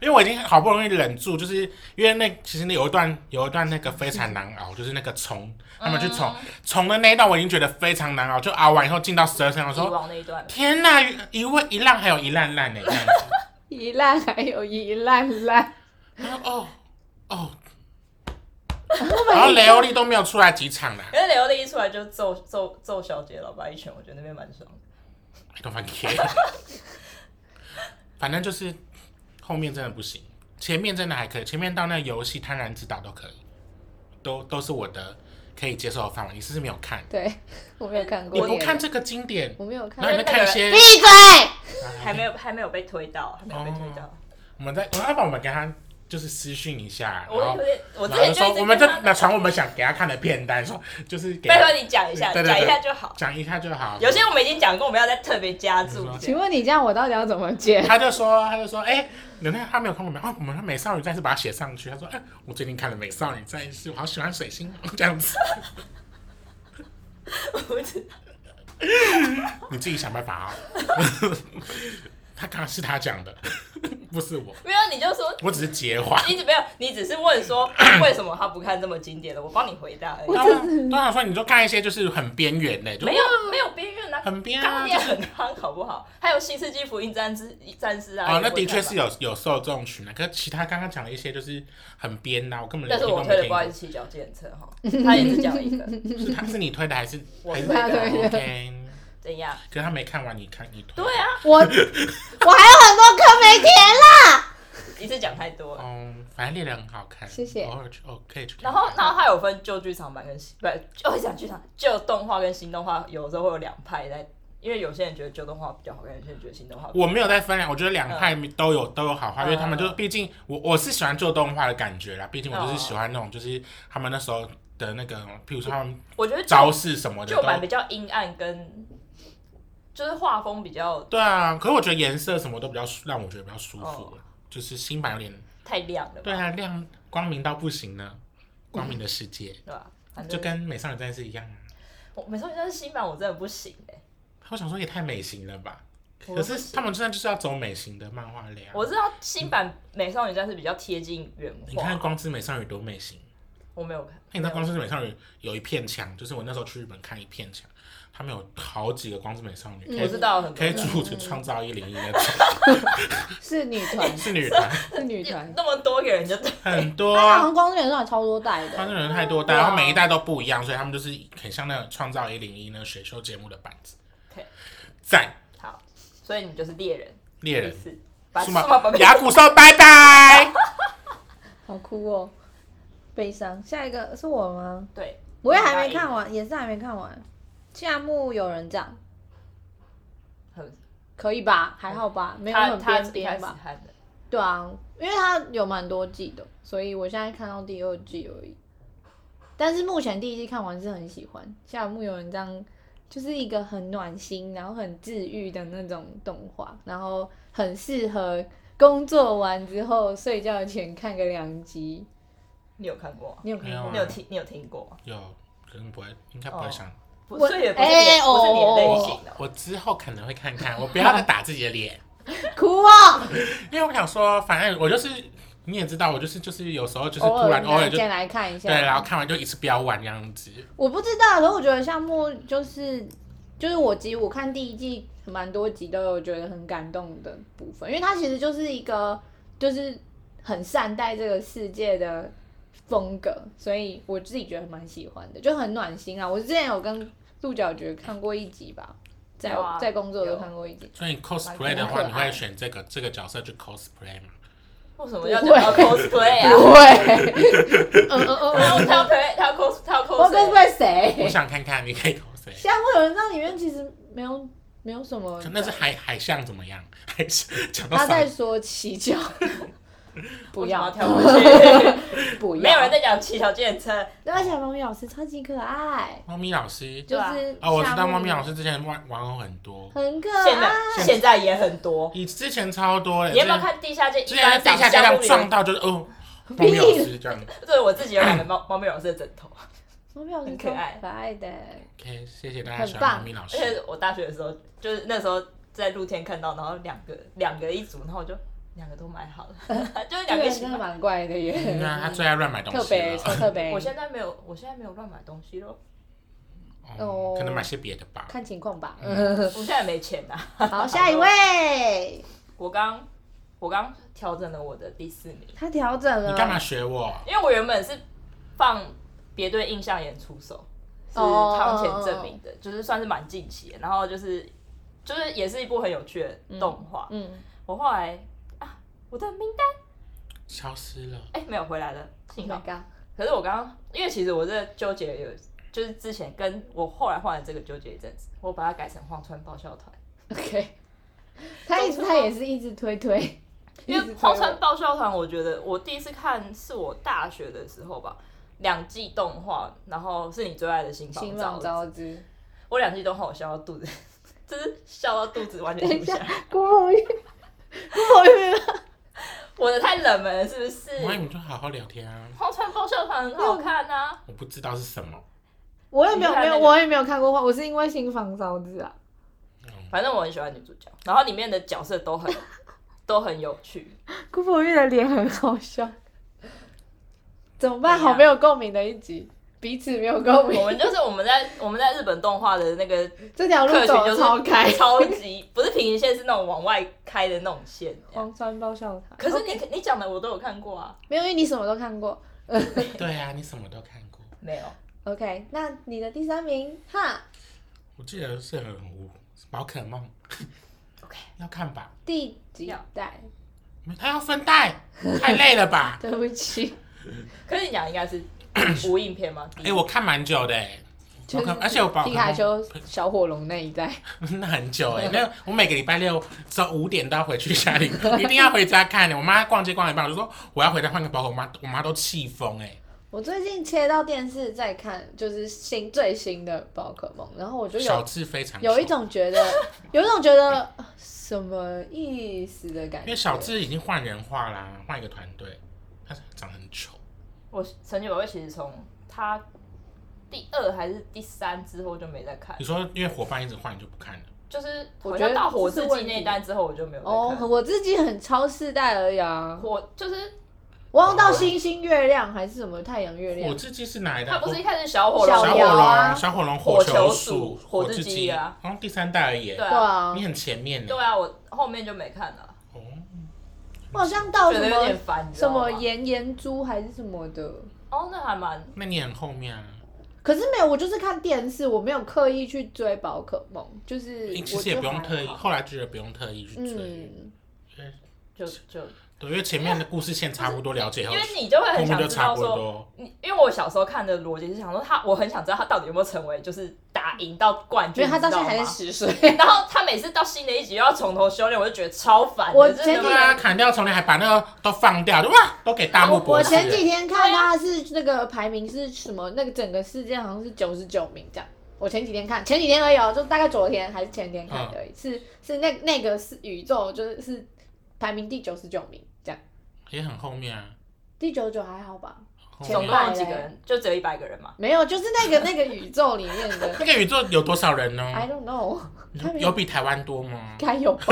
S2: 因为我已经好不容易忍住，就是因为那其实那有一段有一段那个非常难熬，就是那个虫他们去虫虫的那一段，我已经觉得非常难熬，就熬完以后进到十二生肖，我
S3: 蚁
S2: 说
S3: 王那一段，
S2: 天哪，一位一浪还有一浪浪呢、这样子。
S1: 一烂还有一烂烂。
S2: 然后哦哦，然后雷欧利都没有出来几场啦
S3: 可是雷欧利一出来就揍揍揍小杰老爸一拳，我觉得那边蛮爽的。
S2: ，I don't fucking care 反正就是后面真的不行，前面真的还可以，前面到那个游戏《贪婪之岛》都可以，都都是我的可以接受的范围。你是不是没有看？
S1: 对，我没有看过。
S2: 你不看，这个经典，
S1: 我没有
S2: 然后
S1: 看。
S2: 你会看一些啊
S1: 闭。 嘴！
S3: 还没有还没有被推到，还没有被推
S2: 哦
S3: 到。
S2: 我们在，我要不然我们跟他就是私讯一下，然
S3: 我
S2: 后
S3: 有点，我之
S2: 然后
S3: 前
S2: 就说，
S3: 一直
S2: 我们就
S3: 跟他
S2: 拿传我们想给他看的片段，说就是给
S3: 拜托
S2: 他
S3: 你讲一下，
S2: 对对
S3: 讲一
S2: 对
S3: 下就好。
S2: 讲一下就好。
S3: 有些我们已经讲过，我们要再特别加注
S2: 你。说
S1: 请问你这样我到底要怎么接？
S2: 他就说，他就说，哎、有那他没有看过没？哦，我们的《美少女战士》把它写上去。他说，哎、我最近看了《美少女战士》，我好喜欢水星哦这样子。
S3: 我不知道
S2: 你自己想办法啊、 他刚刚是他讲的，不是我，
S3: 没有你就说
S2: 我只是接话。
S3: 你只没有，你只是 问说为什么他不看这么经典的，我帮你回答而已。
S1: 我
S2: 当
S1: 真
S2: 然，当然说，你就看一些就是很边缘的，就
S3: 没有没有边缘啊，
S2: 很边
S3: 钢
S2: 啊。
S3: 铁很夯，好不好？还有《新世纪福音战士》战士
S2: 哦，
S3: 啊，你
S2: 那
S3: 也不会
S2: 的确
S3: 看
S2: 是
S3: 吧。
S2: 有有受众群的，啊可是其他刚刚讲的一些就是很边啊呐、我根本连
S3: 但是
S2: 听都
S3: 我
S2: 没
S3: 推的
S2: 听
S3: 不好意
S2: 过。
S3: 思，骑脚健车哈，他也是讲了一 个，
S2: 是他是你推的还是
S3: 我
S2: 还是
S3: 推的
S1: 对对
S2: OK？
S3: 怎样？
S2: 可是他没看完，你看你推。
S3: 对啊，
S1: 我我还有很多课没填啦。
S3: 一次讲太多了。
S2: 嗯，反正猎人很好看，
S1: 谢谢
S2: 偶尔去哦可以去看。
S3: 然后，然后它有分旧剧场版跟新，不是旧讲剧场，旧动画跟新动画，有时候会有两派在，因为有些人觉得旧动画比较好看，有些人觉得新动画比较好
S2: 我没有在分两，我觉得两派都有、都有好坏，因为他们就
S3: 嗯
S2: 毕竟我我是喜欢做动画的感觉啦，毕竟我就是
S3: 哦
S2: 喜欢那种就是他们那时候的那个，譬如说他们
S3: 看。我觉得旧
S2: 招式什么的
S3: 旧版
S2: 都
S3: 比较阴暗跟，就是画风比较
S2: 对啊，可是我觉得颜色什么都比较舒让我觉得比较舒服，
S3: 哦
S2: 就是新版有点
S3: 太亮了吧，
S2: 对啊亮光明到不行呢，光明的世界、
S3: 对吧？反
S2: 就
S3: 正
S2: 跟美少女战士一样啊。
S3: 我美少女战士新版我真的不行哎、
S2: 我想说也太美型了吧，可
S3: 我不
S2: 是
S3: 行
S2: 他们真的就是要走美型的漫画类啊。
S3: 我知道新版美少女战士比较贴近原
S2: 你看《
S3: 画，
S2: 光之美少女》多美型。
S3: 啊
S2: 哎
S3: 我没有看。
S2: 那你知道《光之美少女》有一片墙，就是我那时候去日本看一片墙，他们有好几个《光之美少女》可
S3: 嗯我
S2: 以
S3: 知道很多
S2: 可以
S3: 人
S2: 组成创造一零 一那种，
S1: 是女团，
S2: 是女团，
S1: 是女团。
S3: 那么多个人就
S2: 很多
S1: 他好
S2: 啊。
S1: 像光之美少女超多代
S2: 光之
S1: 的，
S2: 美人太多
S3: 啊
S2: 代，然后每一代都不一样，所以他们就是很像那种创造一零一那个选秀节目的板子
S3: OK。
S2: 赞
S3: 好，所以你就是猎人，
S2: 猎人
S3: 第，四把
S2: 数
S3: 数
S2: 码
S3: 码宝贝
S2: 雅古兽，拜 拜。
S1: 好哭哦，悲伤。下一个是我吗？
S3: 对，
S1: 我也还没看完，也是还没看完。夏目友人帐
S3: 很，
S1: 可以吧？还好吧？没有
S3: 他
S1: 很
S3: 他
S1: 边
S3: 一开
S1: 边
S3: 始
S1: 吧？
S3: 看的，
S1: 对啊，因为它有蛮多季的，所以我现在看到第二季而已。但是目前第一季看完是很喜欢，夏目友人帐就是一个很暖心，然后很治愈的那种动画，然后很适合工作完之后睡觉前看个两集。
S3: 你有看过吗？
S1: 你有看
S2: 没有
S1: 过
S2: 啊
S3: 你有听你有听过吗？
S2: 有，可能不会，应该不会
S3: 哦
S2: 想。
S3: 不
S1: 我
S3: 所以也不是
S1: 哎
S3: 你的不是你的类
S1: 哦
S3: 型的哦，
S2: 我之后可能会看看，我不要再打自己的脸。
S1: 哭啊、
S2: 因为我想说，反正我就是你也知道，我就是就是有时候就是
S1: 偶
S2: 突
S1: 尔
S2: 然偶尔
S1: 拿
S2: 就
S1: 进来看一下。
S2: 对，然后看完就一次飙完这样子。
S1: 我不知道，可是我觉得夏目就是就是我集我看第一季蛮多集都有觉得很感动的部分，因为它其实就是一个就是很善待这个世界的风格，所以我自己觉得蛮喜欢的，就很暖心啊。我之前有跟鹿角蕨看过一集吧，在、
S3: 有啊
S1: 在工作都
S3: 有
S1: 看过一集。
S2: 所以你 cosplay 的话，你会选这个这个角色去 cosplay 吗？
S3: 为什么要讲到
S1: 不
S3: cosplay 啊？
S1: 对，嗯嗯嗯
S3: 他要
S1: 嗯，
S3: 他要 play 他要 cos 他要
S1: 我跟
S3: cos，
S1: 对
S2: 我
S1: 谁？
S2: 想看看，你可以 cosplay。
S1: 夏目友人帐里面其实没有没有什么，
S2: 那是海海象怎么样？海象讲到
S1: 他在
S2: 上
S1: 说骑 脚，不
S3: 为什么
S1: 要
S3: 要跳过 去，
S1: 不要，
S3: 没有人在讲七条健车，
S1: 对。而且猫咪老师超级可爱，
S2: 猫咪老师
S1: 就
S3: 对啊
S1: 是
S2: 哦，我知道猫咪老
S1: 师
S2: 师之前玩玩偶很多，
S1: 很可
S3: 现在
S1: 爱。
S3: 现在也很多。
S2: 你之前超多的。
S3: 你要不要
S2: 之前
S3: 看地下街？
S2: 之
S3: 一
S2: 前在
S3: 般
S2: 地下街上撞到就是哦，猫咪老师这样。
S3: 对我自己有两个猫 猫咪老师的枕头，
S1: 猫咪老师
S3: 很
S1: 超
S3: 可爱
S1: 可爱的，
S2: OK，谢谢大家
S1: 很
S2: 喜
S1: 棒
S2: 欢猫咪老
S3: 而
S2: 师。
S3: 且我大学的时候，就是那时候在露天看到，然后两个两个一组，然后我就两个都买好了， 就是
S1: 这
S3: 两
S1: 个
S3: 个一
S1: 人
S3: 起
S1: 真的
S3: 买。
S1: 蛮怪的耶，
S2: 对啊，他最爱乱买东
S1: 特
S2: 西
S1: 别
S2: 了
S1: 超。特别。
S3: 我现在没有，我现在没有乱买东西咯，
S2: 哦，可能买些别的吧。
S1: 看情况吧。
S2: 嗯
S3: 我现在没钱呐、
S1: 好，下一位，
S3: 我刚我刚调整了我的第四名，
S1: 他调整了。
S2: 你干嘛？学我？
S3: 因为我原本是放别对印象演出手，是
S1: 哦
S3: 汤浅证明的，就是算是蛮近期的，然后就是就是也是一部很有趣的动画，
S1: 嗯，
S3: 我后来啊，我的名单
S2: 消失了。
S3: 哎、没有回来了，幸
S1: Oh
S3: 好
S1: my。god，
S3: 可是我刚刚，因为其实我这纠结有，就是之前跟我后来换了这个纠结一阵子，我把它改成荒川爆笑团，
S1: OK，他一直他也是一直推推，
S3: 因
S1: 一直推
S3: 为荒川爆笑团，我觉得我第一次看是我大学的时候吧，两季动画，然后是你最爱的新
S1: 我新
S3: 房
S1: 浪
S3: 招，
S1: 招之。
S3: 我两季动画我笑到肚子， 就是笑到肚子完全 停不下来，
S1: 郭某玉，郭某玉吗，
S3: 我的太冷门了是不是？
S2: 我以为你就好好聊天啊，
S3: 荒川爆笑团很好看啊，
S2: 我不知道是什么。
S1: 我也没有
S3: 你看
S1: 没
S3: 那
S1: 有
S3: 个
S1: 我也没有看过画，我是因为新房招之啊。
S2: 嗯
S3: 反正我很喜欢女主角，然后里面的角色都很 都很有趣。
S1: 姑婆玉的脸很好笑，怎么办？
S3: 怎样
S1: 好没有共鸣的一集，彼此没有共
S3: 我
S1: 鸣，
S3: 们就是我们在我们在日本动画的那个
S1: 这条路
S3: 客群
S1: 走
S3: 就
S1: 得
S3: 是
S1: 超开，
S3: 超级不是平行线，是那种往外开的那种线。
S1: 黄川爆笑他。
S3: 可是你你讲的我都有看过啊，
S1: 没有，因为你什么都看过。
S2: 对啊，你什么都看过。
S3: 没有
S1: OK，那你的第三名哈，
S2: 我记得是很无宝可梦
S3: OK
S2: 要看吧？
S1: 第几
S3: 要
S1: 代？
S2: 他要分代，太累了吧？
S1: 对不起，
S3: 可是你讲应 该是无印片吗？
S2: 哎、我看蛮久的、欸，
S1: 就
S2: 宝
S1: 是
S2: 可，而且我宝可
S1: 皮卡
S2: 梦
S1: 丘、小火龙那一代。
S2: 那很久 哎、欸，那我每个礼拜六早五点都要回去家里， 一定要回家看、欸。我妈逛街逛到一半，我就说我要回家换个宝可梦，我妈我妈都气疯哎。
S1: 我最近切到电视在看，就是新最新的宝可梦，然后我就
S2: 小
S1: 有
S2: 智非常
S1: 有一
S2: 熟，
S1: 种觉 得，有一种觉得呃什么意思的感觉。
S2: 因为小智已经换人化啦，换一个团队，他长得很丑。
S3: 我神奇宝贝其实从它第二还是第三之后就没再看
S2: 你，说因为伙伴一直换，你就不看了？
S3: 就是
S1: 我
S3: 好
S1: 觉
S3: 像
S1: 得
S3: 到火
S1: 这
S3: 之
S1: 是问
S3: 祭
S1: 题
S3: 那一单之后我就没有再
S1: 哦
S3: 看。，
S1: 我自己很超世代而已啊，
S3: 火就是
S1: 我忘到星星、月亮还是什么太阳、月
S2: 我
S1: 亮。
S2: 自己是哪一代？
S3: 它不是一开始小火
S1: 小
S2: 小
S3: 龙
S2: 火
S1: 妖啊
S2: 龙，小火龙，
S3: 火
S2: 球
S3: 球鼠火
S2: 之
S3: 之鸡啊，
S2: 好像第三代而已欸。
S3: 对
S1: 对
S3: 啊
S1: 啊
S2: 你，很前面呢
S3: 对。啊，我后面就没看了，
S2: 哦，
S1: 我好像到
S3: 觉
S1: 哦什
S3: 得有点
S1: 么
S3: 烦，啊你知
S1: 什
S3: 道吗
S1: 么岩岩珠还是什么的，
S3: 哦，那还蛮
S2: 那你很后面啊。
S1: 可是没有，我就是看电视，我没有刻意去追宝可梦，就是
S2: 你
S1: 我
S2: 欸其实也
S1: 就
S2: 不用
S1: 还
S2: 特意，
S1: 好
S2: 后来觉得不用特意去追，
S1: 嗯，
S3: 就就
S2: 对，因为前面的故事线差不多了解
S3: 因
S2: 后，
S3: 为
S2: 后
S3: 你就会很
S2: 面
S3: 想
S2: 就
S3: 知
S2: 差
S3: 道
S2: 不
S3: 说，
S2: 多。
S3: 你因为我小时候看的逻辑是想说他，我很想知道他到底有没有成为就是打赢到冠
S1: 因
S3: 军，
S1: 为他到现在
S3: 你
S1: 还是
S3: 知道吗
S1: 十岁，
S3: 然后他每次到新的一集又要从头修炼，我就觉得超烦的。
S1: 我
S3: 真
S1: 前
S3: 的
S1: 几
S2: 对
S3: 吗
S2: 啊，砍掉重练还把那个都放掉，就哇，都给大
S1: 我
S2: 木博
S1: 我
S2: 士
S1: 前
S2: 了。
S1: 几天看他是那个排名是什么？那个整个世界好像是九十九名这样。我前几天看，前几天而已、哦，就大概昨天还是前天看的而已。是是那那个是宇宙，就是是排名第九十九名这样。
S2: 也很后面啊，
S1: 第九九还好吧？
S2: 后
S3: 总
S2: 面
S3: 共有几个人？就只有一百个人嘛。
S1: 没有，就是那个那个宇宙里面的
S2: 那个宇宙有多少人
S1: ，I
S3: 哎
S2: 呢？
S1: don't know，他们
S2: 嗯有比台湾多吗？
S1: 该有吧？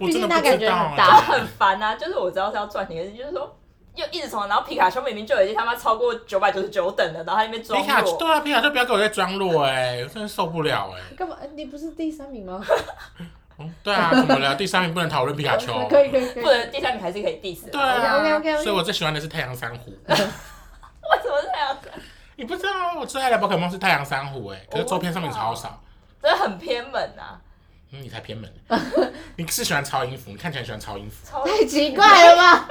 S2: 我真的
S1: 那
S2: 不
S1: 感
S2: 知
S1: 觉
S2: 道
S1: 很
S2: 啊。
S1: 大
S3: 很烦啊！就是我知道是要赚钱，可是就是说又一直从，然后皮卡丘明明就已经他妈超过九百九十九等了，然后他那边装
S2: 皮卡丘
S3: 弱。
S2: 对啊，皮卡丘不要给我再装弱哎、我真的受不了哎、
S1: 干嘛？你不是第三名吗？
S2: 嗯，对啊，怎么了？第三名不能讨论皮卡丘？
S1: 可以可以可以
S3: 不。能第三名还是可以 diss
S2: 对
S3: 的。
S2: 啊
S1: OK，OK，OK，OK
S2: 所以我最喜欢的是太阳珊瑚。
S3: 为什么这样？
S2: 你不知道啊我最爱的宝可梦是太阳珊瑚哎、可是周边上面超少。
S3: 真的很偏门啊！
S2: 嗯，你才偏门。 你是喜欢超音符？你看起来喜欢超音符？
S3: 超
S1: 太奇怪了吧？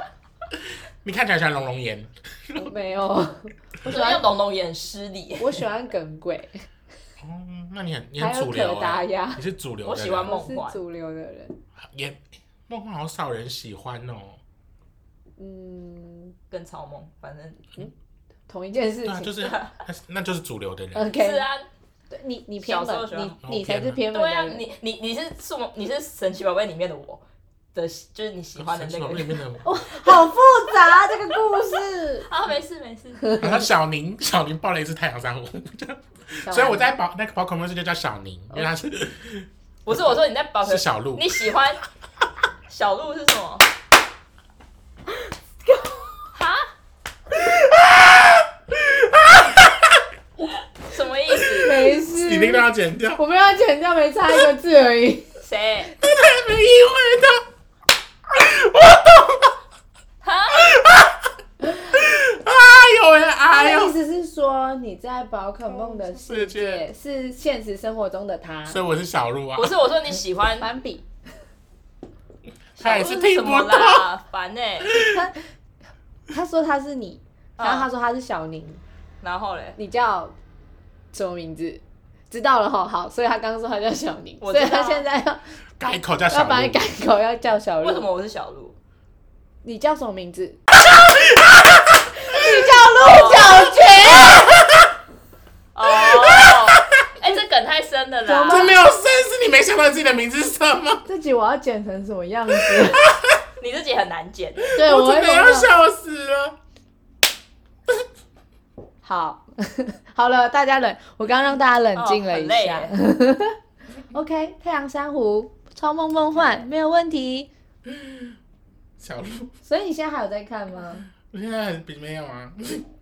S2: 你看起来喜欢龙龙岩？
S1: 我没有，
S3: 我觉得用龙龙眼失礼。
S1: 我喜欢耿鬼，
S2: 哦，那你很你很
S1: 还有
S2: 主流
S1: 可
S2: 哎、
S1: 达鸭。
S2: 你是主流的
S3: 我
S2: 人。
S3: 喜欢梦
S1: 我是
S3: 幻
S1: 主流的人，
S2: 也梦幻好少人喜欢哦。
S1: 嗯，
S3: 跟超梦，反正
S1: 同一件事
S2: 对啊，
S1: 情。
S2: 就是那那就是主流的人。
S1: OK，
S3: 是啊，
S1: 对你你偏
S3: 小时候
S1: 门，
S3: 喜欢
S1: 你
S2: 哦
S1: 你才是偏门的
S3: 对啊，
S1: 人。
S3: 你你你是数你是神奇宝贝里面的我的，就是你喜欢的
S2: 神奇
S3: 那
S2: 宝
S3: 个
S2: 贝里
S3: 人。。
S2: 面的
S1: 好复杂这个故事
S3: 啊，没事没事，
S2: 然后小宁，小宁抱了一只太阳珊瑚，所以我在宝那个宝可梦世界叫小宁，因为他是
S3: 不是我说你在宝可
S2: 是，小鹿
S3: 哦呃你。喜 欢小鹿是什么？ 哈？什么意思？
S1: 没
S2: 你那
S1: 事，
S2: 个都要剪 掉，
S1: 我们要剪掉没差一个字而已。
S3: 谁？
S2: 太没意味的。
S3: 哈？
S2: 哎呦喂，
S1: 他
S2: 哎
S1: 的意
S2: 呦！
S1: 思是说你在宝可梦的世界
S2: 世
S1: 是现实生活中的他，
S2: 所以我是小鹿啊
S3: 不，是我说你喜欢
S1: 反比。
S2: 他也
S3: 小鹿是
S2: 听
S3: 什
S2: 不
S3: 么
S2: 到。
S3: 啦？烦欸呢、
S1: 他说他是你，
S3: 嗯
S1: 然后他说他是小宁，
S3: 然后嘞，
S1: 你叫什么名字？知道了吼，好，所以他刚刚说他叫小宁，
S3: 我
S1: 所
S3: 知道
S1: 以
S3: 啊
S1: 他现在要
S2: 改口叫
S1: 要
S2: 小
S1: 把你
S2: 鹿
S1: 改，口，要叫小鹿。
S3: 为什么我是小 鹿？
S1: 你叫什么名字？你叫鹿角蕨。
S3: 哦，哎、这梗太深了啦。
S2: 这没有 sense，你没想到自己的名字是什么？
S1: 这集我要剪成什么样子？
S3: 你自己很难剪。
S1: 对，我
S2: 我
S1: 会
S2: 真的要
S1: 弄的。
S2: 笑死了。
S3: 哦
S1: 好，好了，大家冷，我刚让大家冷静了一下。
S3: 哦很
S1: OK，太阳珊瑚超梦梦幻没有问题。
S2: 小鹿，
S1: 所以你现在还有在看吗？
S2: 我现在比没有啊，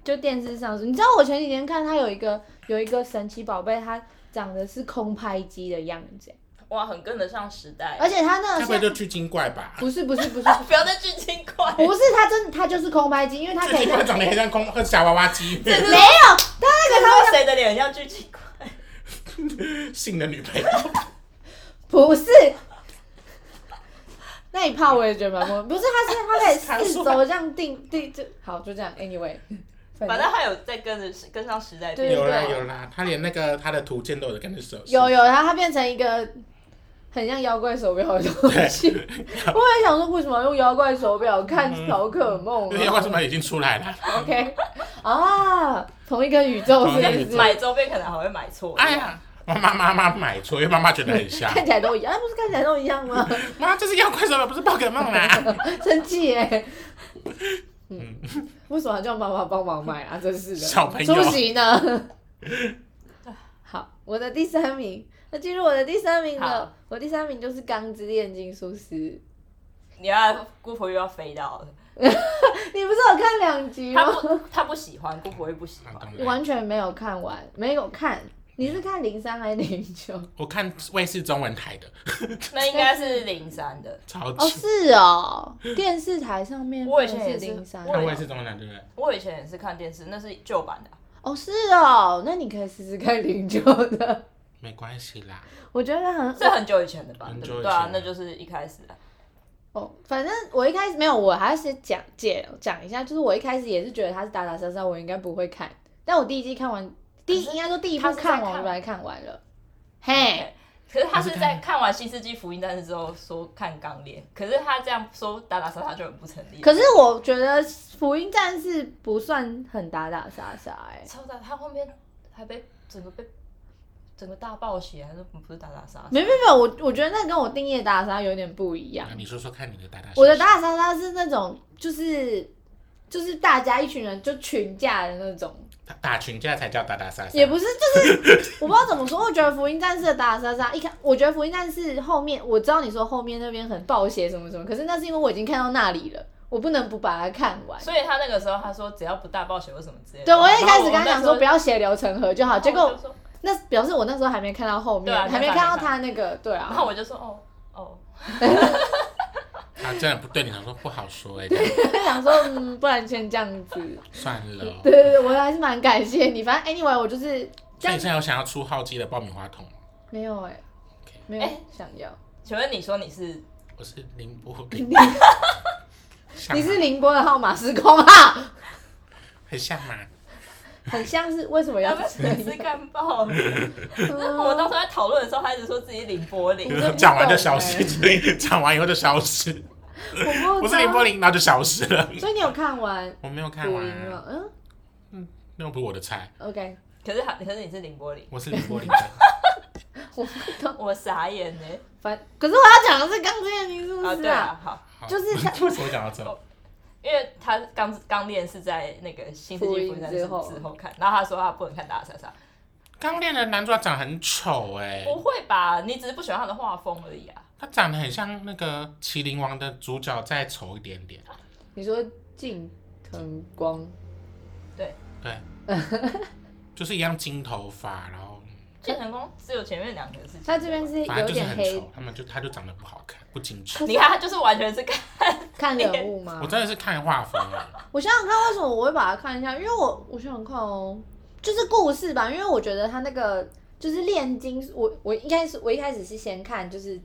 S1: 就电视上，你知道我前几天看它有一个有一个神奇宝贝，它长得是空拍机的样子，
S3: 哇，很跟得上时代。
S1: 而且它那
S2: 该
S1: 个
S2: 不会
S1: 像
S2: 就巨精怪吧？
S1: 不是不是不是
S3: 不要再剧情快，
S1: 不是它真的它就是空拍机，因为它
S2: 巨
S1: 可以
S2: 精怪长得很像空和小娃娃机，
S1: 没有
S3: 这个谁的脸像剧情快？
S2: 性的女朋友，
S1: 不是。 那一炮我也觉得蛮莫， 不是，它是它可以四周这样定定就好，就这样。Anyway，
S3: 反正他有在跟着跟上时代变
S1: 对
S2: 有啦
S1: 对
S2: 有啦，他连那个他的图鉴都有跟着手势，
S1: 有有，然后它变成一个很像妖怪手表的东西。 我还想说，为什么要用妖怪手表看
S2: 嗯
S1: 宝可梦
S2: 因为为
S1: 啊
S2: 什么已经出来了？
S1: ？OK，啊，同一个宇宙
S2: 同
S1: 是
S2: 一个
S1: 不
S2: 宇
S1: 是
S2: 宙？
S3: 买周边可能还会买错。
S2: 哎呀，妈妈妈妈买错，因为妈妈觉得很像。
S1: 看起来都一样，哎不是看起来都一样吗？
S2: 妈，这是妖怪手表，不是宝可梦啦。
S1: 生气耶！嗯，为什么要叫妈妈帮忙买啊？真是的，
S2: 小朋友
S1: 出席呢。 好，我的第三名，那进入我的第三名了
S3: 好。
S1: 我第三名就是《钢之炼金术师》，
S3: 你要姑婆又要飞到了，
S1: 你不是有看两集
S3: 他
S1: 吗？
S3: 不他不喜欢，姑婆会不喜
S2: 哎
S3: 欢。
S1: 完全没有看完，没有看。你是看零三还是零九？
S2: 我看卫视中文台的，
S3: 那应该是零三的，
S2: 超
S1: 哦，
S2: 级。
S1: 是哦，电视台上面
S3: 我以前也
S1: 是
S3: 是
S1: 零三
S3: 我
S2: 看卫视中文台对不对？
S3: 我以前也是看电视，那是旧版的啊。
S1: 哦，是哦，那你可以试试看零九的，
S2: 没关系啦，
S1: 我觉得很
S3: 是很久以前的吧？
S2: 很
S3: 对
S2: 久以前
S3: 对啊，那就是一开始的。
S1: 哦，反正我一开始没有，我还是讲解讲一下，就是我一开始也是觉得它是打打杀杀，我应该不会看，但我第一季看完，第一
S3: 可是
S1: 应该说第一
S3: 它
S1: 部
S3: 是在
S1: 看完我
S3: 看
S1: 就把它看完了，
S3: 哦
S1: 嘿，
S3: 可是他是在看完《新世纪福音战士》之后说看钢炼，可是他这样说打打杀杀就很不成立。
S1: 可是我觉得福音战士不算很打打杀杀、哎，
S3: 超打他后面还被整个被整个大暴血，还是不是打打杀杀？
S1: 没没没有，我我觉得那跟我定义的打打杀杀有点不一样
S2: 那，你说说看你的打打。
S1: 我的打打杀杀是那种就是。就是大家一群人就群架的那种，
S2: 打打群架才叫打打杀杀，
S1: 也不是，就是我不知道怎么说。我觉得《福音战士》的打打杀杀，一看，我觉得《福音战士》后面，我知道你说后面那边很暴血什么什么，可是那是因为我已经看到那里了，我不能不把它看完。
S3: 所以他那个时候他说只要不大暴血或什么之类的。
S1: 对，我一开始
S3: 然后
S1: 跟他讲说不要血流成河就好，
S3: 那时
S1: 结
S3: 候。然后我
S1: 果
S3: 就说
S1: 那表示我那时候还没看到后面，
S3: 对啊
S1: 还没看到他那个，对
S3: 然后
S1: 啊，
S3: 我就说哦哦，
S2: 他真的不对你想说不好说哎，这样
S1: 就想 说嗯，不然先这样子。
S2: 算了哦。
S1: 对对对，我还是蛮感谢你。反正 anyway，我就是这
S2: 所以
S1: 样
S2: 你现在有想要出号机的爆米花桶吗？
S1: 没有哎、没有
S3: 哎
S1: 想要。
S3: 请问你说你是
S2: 我是宁波林，像
S1: 你
S2: 吗
S1: 是宁波的号码时空 号，
S2: 很像啊吗？
S1: 很像是为什么要嗯
S3: 要
S1: 这
S3: 啊
S1: 样？
S3: 不是是干爆了？我们当时在讨论的时候，他一直说自己领柏林
S1: 你，真的不懂
S2: 讲完就消失，讲完以后就消失。
S1: 我不
S2: 我是林
S1: 知道
S2: 波林，然后就消失了。
S1: 所以你有看完
S2: 我没有
S1: 福
S2: 看完
S1: 音
S2: 啊，
S1: 吗？嗯
S2: 那又不是我的菜，
S1: ，OK，
S3: 可是他可是你是领柏林，
S2: 我是林 波林的。
S1: 我不懂。
S3: 我傻眼呢。
S1: 反可是我要讲的是钢之炼金术
S3: 啊，
S1: 师
S3: 对啊，，好，
S2: 好
S1: 就是 他
S2: 为什么讲到这？
S3: 因为他刚刚练是在那个《新世纪福音战士》
S1: 福音之后
S3: 之后看，然后他说他不能看《打打杀杀
S2: 刚练的男主角长很丑哎》，，
S1: 哦
S3: 不会吧？你只是不喜欢他的画风而已啊。
S2: 他长得很像那个《麒麟王》的主角，再丑一点点。
S1: 你说近藤光，
S2: 对，就是一样金头发，然后
S3: 建成功只有前面两个事情，
S1: 他这边是
S2: 反
S1: 有
S2: 正就是
S1: 点
S2: 很
S1: 黑
S2: 丑，，他们就他就长得不好看，不精致。
S3: 你看他就是完全是看
S1: 看人物吗
S2: 我？真的是看画风哎，
S1: 我想想看，为什么我会把它看一下？因为我我想想看哦，就是故事吧，因为我觉得他那个就是炼金，我我应该是我一开始是先看就是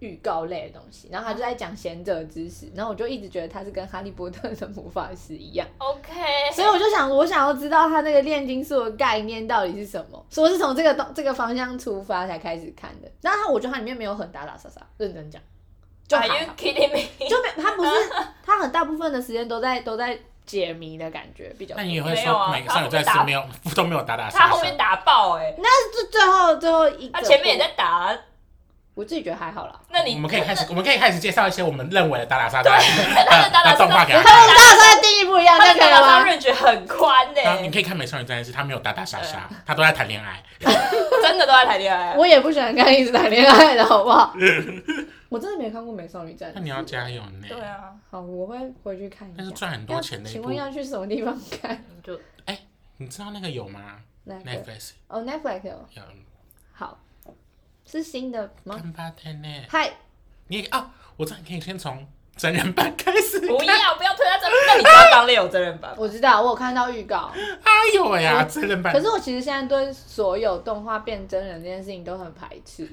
S1: 预告类的东西，然后他就在讲贤者之石，然后我就一直觉得他是跟哈利波特的魔法师一样。
S3: OK，
S1: 所以我就想，我想要知道他那个炼金术的概念到底是什么，所以我是从这个东这个方向出发才开始看的。但是它我觉得它里面没有很打打杀杀，认真讲，就
S3: Are
S1: 还
S3: you
S1: 好
S3: kidding me？
S1: 就没它不是它很大部分的时间都在都在解谜的感觉比较多
S2: 那。你也会
S3: 没有
S2: 说
S3: 啊
S2: 每个少女战士没有都没有打打
S3: 他
S2: 杀
S3: 后
S2: 杀
S3: 面，打爆哎、
S1: 但是最最后最后一，
S3: 他前面也，在打啊，
S1: 我自己觉得还好啦。
S3: 那你
S2: 我们可以开
S3: 那
S2: 始，我们可以开始介绍一些我们认为的打打杀杀
S3: 他的打打杀杀
S2: 动画给
S1: 他
S2: 他
S1: 们
S2: 看。
S1: 大家定义不一样，
S3: 他
S1: 那
S3: 的
S1: 可以
S3: 打打杀
S1: 了吗？
S3: range 很宽欸呢、
S2: 然后你可以看《美少女战士》，他没有打打杀杀，他都在谈恋爱。
S3: 真的都在谈恋爱啊。
S1: 我也不喜欢看一直谈恋爱的好不好？ 我真的没看过《美少女战士
S2: 那》。你要加油呢。
S3: 对啊，
S1: 好，我会回去看一下。
S2: 但是赚很多钱的一
S1: 请
S2: 部
S1: 问，要去什么地方看？
S3: 就
S2: 你知道那个有吗
S1: 哪个？
S2: ？Netflix
S1: 哦，Netflix 哦，
S2: 有
S1: 好，是新的吗？
S2: 干巴天呢？
S1: 嗨，
S2: 你也啊，我知道你可以先从真人版开始
S3: 不
S2: 看。
S3: 要不要推他真人版，那你知道刚烈有真人 版吗？
S1: 我知道，我有看到预 告。
S2: 哎呦喂呀，真人版
S1: 可是我其实现在对所有动画变真人这件事情都很排斥。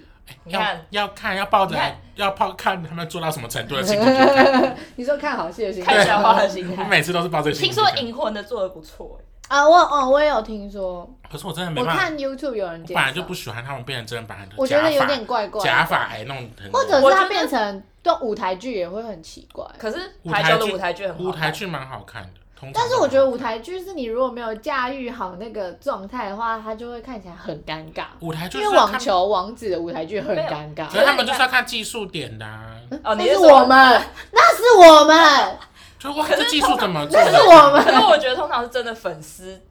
S3: 你
S2: 哎要
S3: 看
S2: 要看，要抱着
S3: 你看，
S2: 要抱看他们做到什么程度的情景去看。
S1: 你说看好戏的哦心
S3: 看小花的
S1: 态
S3: 心
S2: 我
S3: 态。
S2: 每次都是抱着心
S3: 听
S2: 情
S3: 说
S2: 去看，
S3: 银魂的做的不错、欸，
S1: 啊？我哦，我也有听说，
S2: 可是我真的没
S1: 我
S2: 办法，
S1: 看 YouTube 有人
S2: 我
S1: 介
S2: 本
S1: 绍，
S2: 来就不喜欢他们变成真人版，
S1: 我觉得有点怪怪的，
S2: 假发还弄很
S1: 或者
S3: 我
S1: 是
S3: 觉
S1: 它
S3: 得
S1: 变成都舞台剧也会很奇怪。
S3: 可是
S2: 舞
S3: 排
S2: 台
S3: 球的
S2: 剧
S3: 舞台剧很好
S2: 舞台
S3: 看
S2: 剧蛮好看的，通常
S1: 但是我觉得舞台剧是你如果没有驾驭好那个状态的话，它就会看起来很尴尬。
S2: 舞台剧
S1: 因
S2: 是
S1: 为
S2: 要看
S1: 网，球王子的舞台剧很尴尬
S2: 可，是他们就是要看技术点的啊，
S3: 哦，你
S1: 那是我
S3: 说
S1: 们，那是我 们，
S2: 就哇，
S3: 可是
S2: 这技术怎么做
S1: 那
S2: 的？
S1: 是我们。
S3: 可是我觉得通常是真的粉丝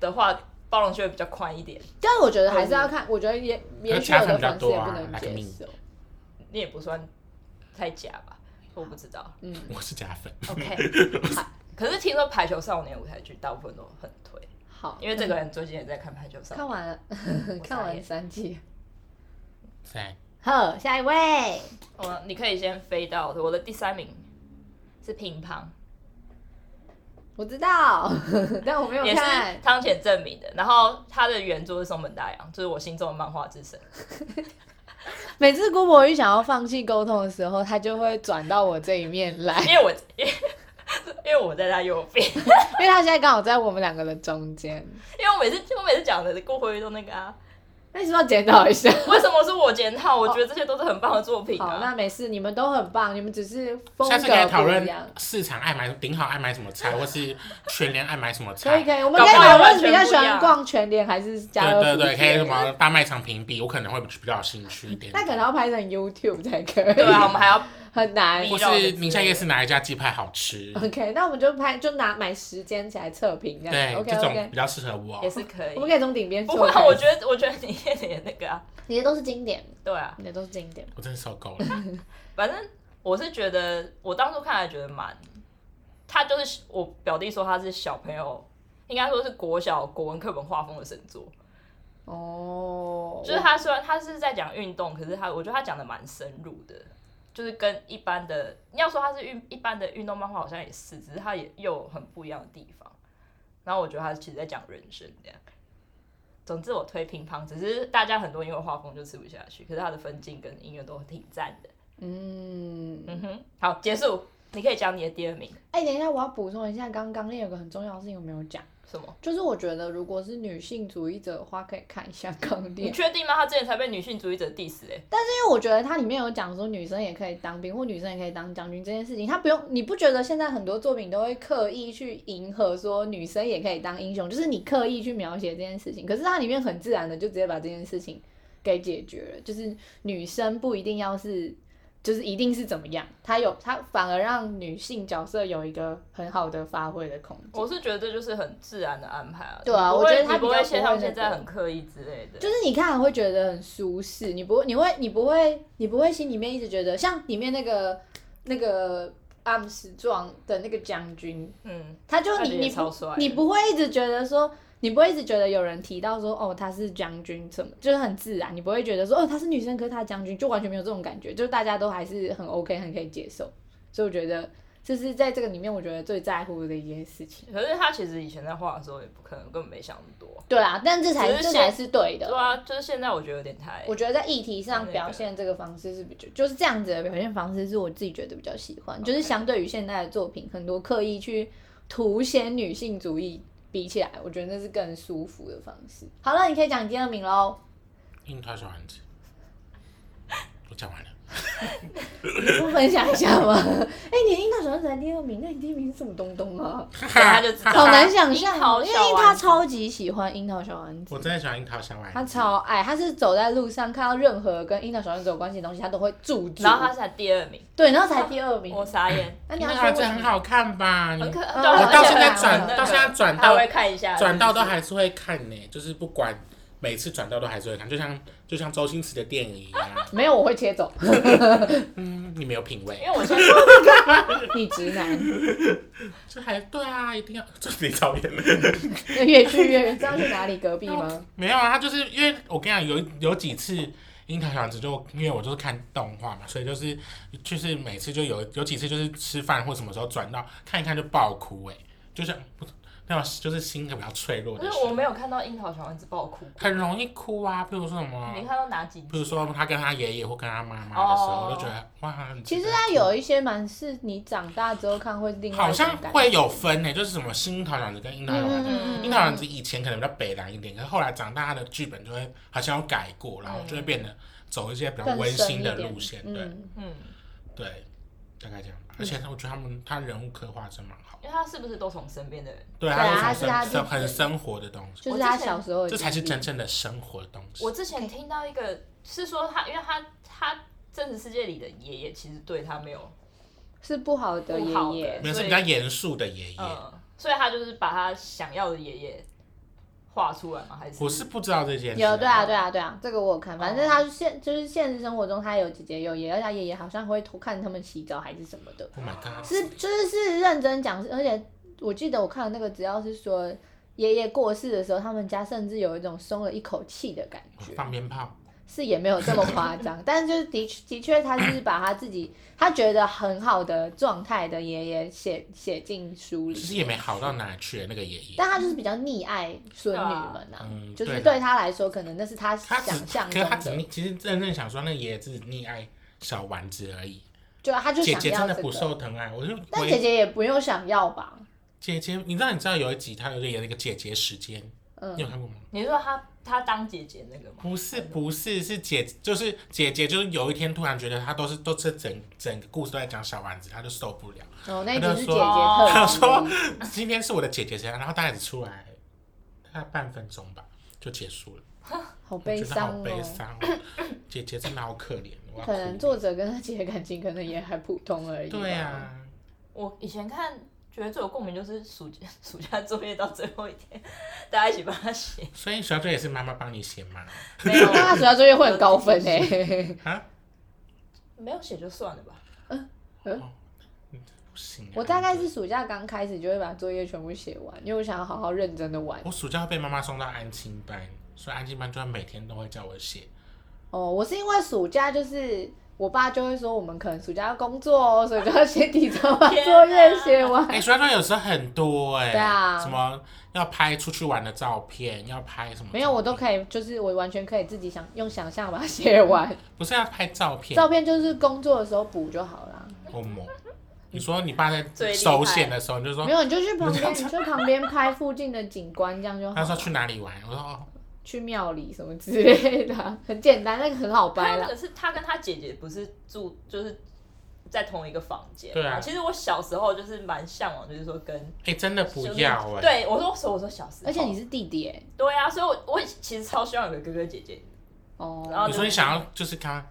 S3: 的话，包容性会比较宽一点。
S1: 但是我觉得还是要看，我觉得也也许有的粉丝也不
S2: 啊
S1: 能接受。
S3: 你也不算太假吧？我不知道。
S1: 嗯
S2: 我是假粉，
S1: ，OK，好
S3: 可是听说《排球少年》舞台剧大部分都很推，
S1: 好，嗯
S3: 因为这个人最近也在看《排球少
S1: 哦看
S3: 年
S1: 完了，看完三季。
S2: 在
S1: 好，下一位，》。
S3: 我你可以先飞到我的第三名是乒乓，
S1: 我知道， 但我没有
S3: 也是
S1: 看。
S3: 汤浅证明的。然后他的原著是松本大洋，就是我心中的漫画之神。
S1: 每次郭博玉想要放弃沟通的时候，他就会转到我这一面 来，
S3: 因为我 因为我在他右边，
S1: 因为他现在刚好在我们两个的中间。
S3: 因为我每次我每次讲的郭辉都那个啊，
S1: 那你是不是要检讨一下？
S3: 为什么是我检讨？我觉得这些都是很棒的作品
S1: 哦好，
S3: 啊。
S1: 那没事，你们都很棒，你们只是风
S2: 下次可以
S1: 格
S2: 讨
S1: 不一
S2: 论
S1: 样。
S2: 市场爱买顶好爱买什么菜，或是全联爱买什么
S1: 可以
S2: 菜。
S1: 可以，我们
S3: 哎
S1: 可以
S3: 搞不好
S1: 讨论
S3: 完
S1: 比
S3: 全
S1: 较
S3: 不
S1: 喜
S3: 一
S1: 欢
S3: 样
S1: 逛全联还是家乐
S2: 对对
S1: 福之类的？
S2: 对，可以什么大卖场评比，我可能会比较有兴趣一点。
S1: 那可能要拍成 YouTube 才可以，
S3: 对啊，我们还要
S1: 很难
S3: 你。
S2: 或是宁夏夜市哪一家鸡排好 吃？
S1: OK，那我们就拍，就拿买时间起来测评这
S2: 对
S1: 样。，OK
S2: 这种
S1: OK，
S2: 比较适合我
S3: 也。是可以
S1: 我。们可以从顶边
S3: 不
S1: 做
S3: 会
S1: 开始。
S3: 啊，我觉得我觉得你你也那个啊，
S1: 你的都是经典，
S3: 对啊，
S1: 你的都是经典。
S2: 我真的受 够了。
S3: 反正我是觉得我当初看来觉得蛮，他就是我表弟说他是小朋友，应该说是国小国文课本画风的神作。
S1: 哦，
S3: 就是他虽然他是在讲运动，可是他我觉得他讲的蛮深入的，就是跟一般的你要说他是运一般的运动漫画好像也是，只是他也又有很不一样的地方。然后我觉得他其实在讲人生这样。总之我推乒乓，只是大家很多因为画风就吃不下去，可是他的分镜跟音乐都挺赞的。
S1: 嗯，
S3: 嗯哼，好，结束，你可以讲你的第二名
S1: 哎、等一下，我要补充一下，刚刚那有个很重要的事情我没有讲，
S3: 什么？
S1: 就是我觉得如果是女性主义者的话，可以看一下刚烈
S3: 你，确定吗？他之前才被女性主义者 diss 哎、
S1: 因为我觉得它里面有讲说女生也可以当兵或女生也可以当将军这件事情，它不用，你不觉得现在很多作品都会刻意去迎合说女生也可以当英雄，就是你刻意去描写这件事情，可是它里面很自然的就直接把这件事情给解决了，就是女生不一定要是。就是一定是怎么样，它有它反而让女性角色有一个很好的发挥的空间。
S3: 我是觉得这就是很自然的安排啊。
S1: 对啊
S3: 你不会
S1: 我觉得他
S3: 你不
S1: 比较
S3: 会
S1: 不会
S3: 像他
S1: 那
S3: 们现在
S1: 个
S3: 很刻意之类的。
S1: 就是你看会觉得很舒适，你不你会你不会你不会心里面一直觉得像里面那个那个阿姆斯壮的那个将军，
S3: 嗯，
S1: 他就
S3: 他
S1: 你
S3: 人也
S1: 你
S3: 超
S1: 不
S3: 帅的
S1: 你不会一直觉得说。你不会一直觉得有人提到说哦她是将军什么，就是很自然，你不会觉得说哦她是女生，可是她将军，就完全没有这种感觉，就是大家都还是很 OK，很可以接受。所以我觉得这是在这个里面我觉得最在乎的一件事情。
S3: 可是他其实以前在画的时候也不可能根本没想那么多。
S1: 对啊，但这才
S3: 只是
S1: 这
S3: 现
S1: 才是对的。
S3: 对啊，就是现在我觉得有点太
S1: 我觉得在议题上
S3: 那个
S1: 表现这个方式是比较，就是这样子的表现方式是我自己觉得比较喜欢，就是相对于现在的作品，很多刻意去凸显女性主义比起来，我觉得那是更舒服的方式。好了，你可以讲第二名喽。
S2: 樱桃小丸子，我讲完了。
S1: 你不分享一下吗？ 哎、你的樱桃小丸子才第二名，那你第一名是什么东东啊？
S3: 他就知道
S1: 好难想象
S3: 樱桃
S1: 哦，因
S3: 小丸
S1: 为
S3: 子
S1: 他超级喜欢樱桃小丸
S2: 我
S1: 子，
S2: 真的喜欢樱桃小丸
S1: 他
S2: 子，
S1: 超爱，他是走在路上看到任何跟樱桃小丸子有关系的东西，他都会驻足。
S3: 然后他才第二名，
S1: 对，然后才第二名。
S3: 我傻眼，
S1: 那你
S2: 樱
S1: 要
S2: 桃
S1: 说
S2: 小丸
S1: 为
S2: 子
S1: 什
S2: 很
S1: 么？
S2: 好看吧？你
S3: 很可
S1: 嗯
S3: 对啊
S1: 我到现在
S3: 而且
S1: 转
S3: 那个
S2: 到现在转
S3: 他
S2: 到
S3: 会看一下，
S2: 转到都
S3: 是
S2: 还是会看呢、就是不管每次转到都还是会看，就像就像周星驰的电影一 样。
S1: 没有，我会切走。
S2: 嗯，你没有品
S3: 不是，
S2: 味
S3: 因，为我现在
S1: 你直男，
S2: 这还对啊，一定要 这离超远了。
S1: 越去越远，知道去哪里？隔壁吗？
S2: 没有啊，他就是因为我跟你讲，有有几次樱桃小丸子就因为我就是看动画嘛，所以就是就是每次就有有几次就是吃饭或什么时候转到看一看就爆哭哎、就是那种就是心比较脆弱
S3: 不
S2: 的
S3: 是
S2: 时
S3: 我
S2: 候，
S3: 没有看到樱桃小丸子爆哭，
S2: 很容易哭啊。比如说什么，
S3: 你看到哪几集？
S2: 比如说他跟他爷爷或跟他妈妈的时候，
S3: 哦
S2: 我就觉得哇，很值
S1: 其
S2: 得
S1: 实它
S2: 哭
S1: 有一些蛮是你长大之后看会另外
S2: 好
S1: 一种
S2: 像
S1: 感觉
S2: 会有分呢、就是什么新桃小子跟樱桃小子。
S3: 嗯
S2: 樱桃小子以前可能比较北蓝一点，可是后来长大，他的剧本就会好像有改过，然后就会变得走一些比较
S1: 更
S2: 温
S1: 深
S2: 馨
S1: 一
S2: 的
S1: 点
S2: 路线，对
S1: 嗯，
S3: 嗯，
S2: 对，大概这样吧。而且他我觉得他们他人物刻画真蛮好，
S3: 因为他是不是都从身边的人？
S2: 对，
S1: 啊他
S2: 他
S1: 是
S2: 是
S1: 他
S2: 很
S1: 自
S2: 生
S1: 己
S2: 很生活的东西，
S1: 就是他小时候的
S2: 这才是
S1: 经历
S2: 真正的生活的东西
S3: 我。之前听到一个是说他，因为他他真实世界里的爷爷其实对他没有，
S1: 是不好的
S3: 不好
S1: 爷
S3: 的
S1: 爷。
S2: 没有是
S3: 所以
S2: 比较严肃的爷爷，
S3: 嗯，所以他就是把他想要的爷爷画出来吗？还是
S2: 我是哦不知道这件事。
S1: 有对啊对啊对啊，这个我有看，反正他现就是现实生活中他有姐姐有爷，而且他爷爷好像会偷看他们洗澡还是什么的，
S2: ，Oh my god，
S1: 是就是是认真讲，而且我记得我看的那个只要是说爷爷过世的时候，他们家甚至有一种松了一口气的感觉，
S2: 哦放鞭炮，
S1: 是也没有这么夸张， 但是就是的确的确他是把他自己他觉得很好的状态的爷爷写写进书
S2: 其实
S1: 里，
S2: 也没好到哪里去，那个爷爷。
S1: 但他就是比较溺爱孙女们啊，
S2: 嗯
S1: 就是
S2: 对啦
S1: 对他来说可能那是他
S2: 他只，
S1: 想象
S2: 可
S1: 中
S2: 是他只
S1: 的。
S2: 其实真正想说，那爷爷只溺爱小丸子而已。
S1: 就他就
S2: 姐
S1: 想
S2: 姐
S1: 要
S2: 真
S1: 这
S2: 的
S1: 个，
S2: 不受疼爱，我就
S1: 但
S2: 唯
S1: 姐姐也不用想要吧？
S2: 姐姐，你知道你知道有一集他有演那个姐姐时间，
S1: 嗯
S2: 你，有看过吗？
S3: 你是说他他当姐姐那个吗？
S2: 不是不是是姐，就是姐姐，就是有一天突然觉得她都是都是整整个故事都在讲小丸子，她就受 不了，
S1: 哦，那一集
S2: 她就是
S1: 姐姐
S2: 说
S1: 特
S2: 她
S1: 辑
S2: 说今天是我的姐姐时间，然后大概只出来大概半分钟吧就结束了，
S1: 好
S2: 我
S1: 悲
S2: 觉得好
S1: 伤
S2: 悲
S1: 哦。
S2: 伤哦，姐姐真的好可怜，我要
S1: 可能
S2: 哭了
S1: 作者跟他姐姐感情可能也还普通而已。
S2: 对，啊。
S3: 我以前看觉得最有共鸣就是暑假 暑假作业到最后一天，大家一起帮 他写，
S2: 所以小姐也是妈妈帮你写吗？
S3: 没有
S1: 那他暑假作业会很高 分哎、
S2: 啊，
S3: 没有写就算了吧。
S2: 不行啊、
S1: 我大概是暑假刚开始就会把作业全部写完，因为我想要好好认真的玩。
S2: 我暑假会被妈妈送到安亲班，所以安亲班就会每天都会叫我写。
S1: 哦，我是因为暑假就是我爸就会说我们可能暑假要工作哦，所以就要先提早把
S3: 天
S1: 作业
S3: 哪
S1: 写完
S2: 哎、。暑假作业有时候很多哎、
S1: 啊对啊
S2: 什么要拍出去玩的照片，要拍什么？
S1: 没有，我都
S2: 以。
S1: 可以，就是我完全可以自己想用想象把它写完。
S2: 不是要拍照片，
S1: 照片就是工作的时候补就好啦。
S2: 我猛。你说你爸
S3: 最
S2: 在
S3: 厉害
S2: 收线的时候，你就说
S1: 没有，你就去旁边，
S2: 哦我
S1: 你
S2: 这样
S1: 就旁边拍附近的景观，这样就好
S2: 他说
S1: 了。
S2: 去哪里玩，我说哦，
S1: 去庙里什么之类的啊，很简单，那个很好
S3: 他
S1: 掰
S3: 那
S1: 啦。
S3: 个是他跟他姐姐不是住就是在同一个房间吗。
S2: 对啊
S3: 其实我小时候就是蛮向往，就是说跟
S2: 哎、真的不要哎、
S3: 对我说所以我说小时候，
S1: 而且你是弟弟哎，
S3: 对啊，所以我我其实超希望有个哥哥姐姐，然
S1: 哦
S3: 后，
S2: 你说你想要就是看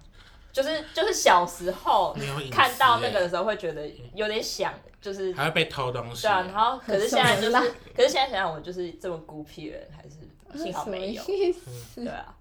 S3: 就是就是小时候
S2: 没有隐私、欸哎
S3: 看到那个，的时候会觉得有点想，就是
S2: 还会被偷东西、
S3: 对啊，然后可是现在就
S1: 什么
S3: 是，可是现在想想我就是这么孤僻的人，还是幸好
S1: 什么
S3: 没有，
S1: 意思？
S2: 嗯
S3: 对啊，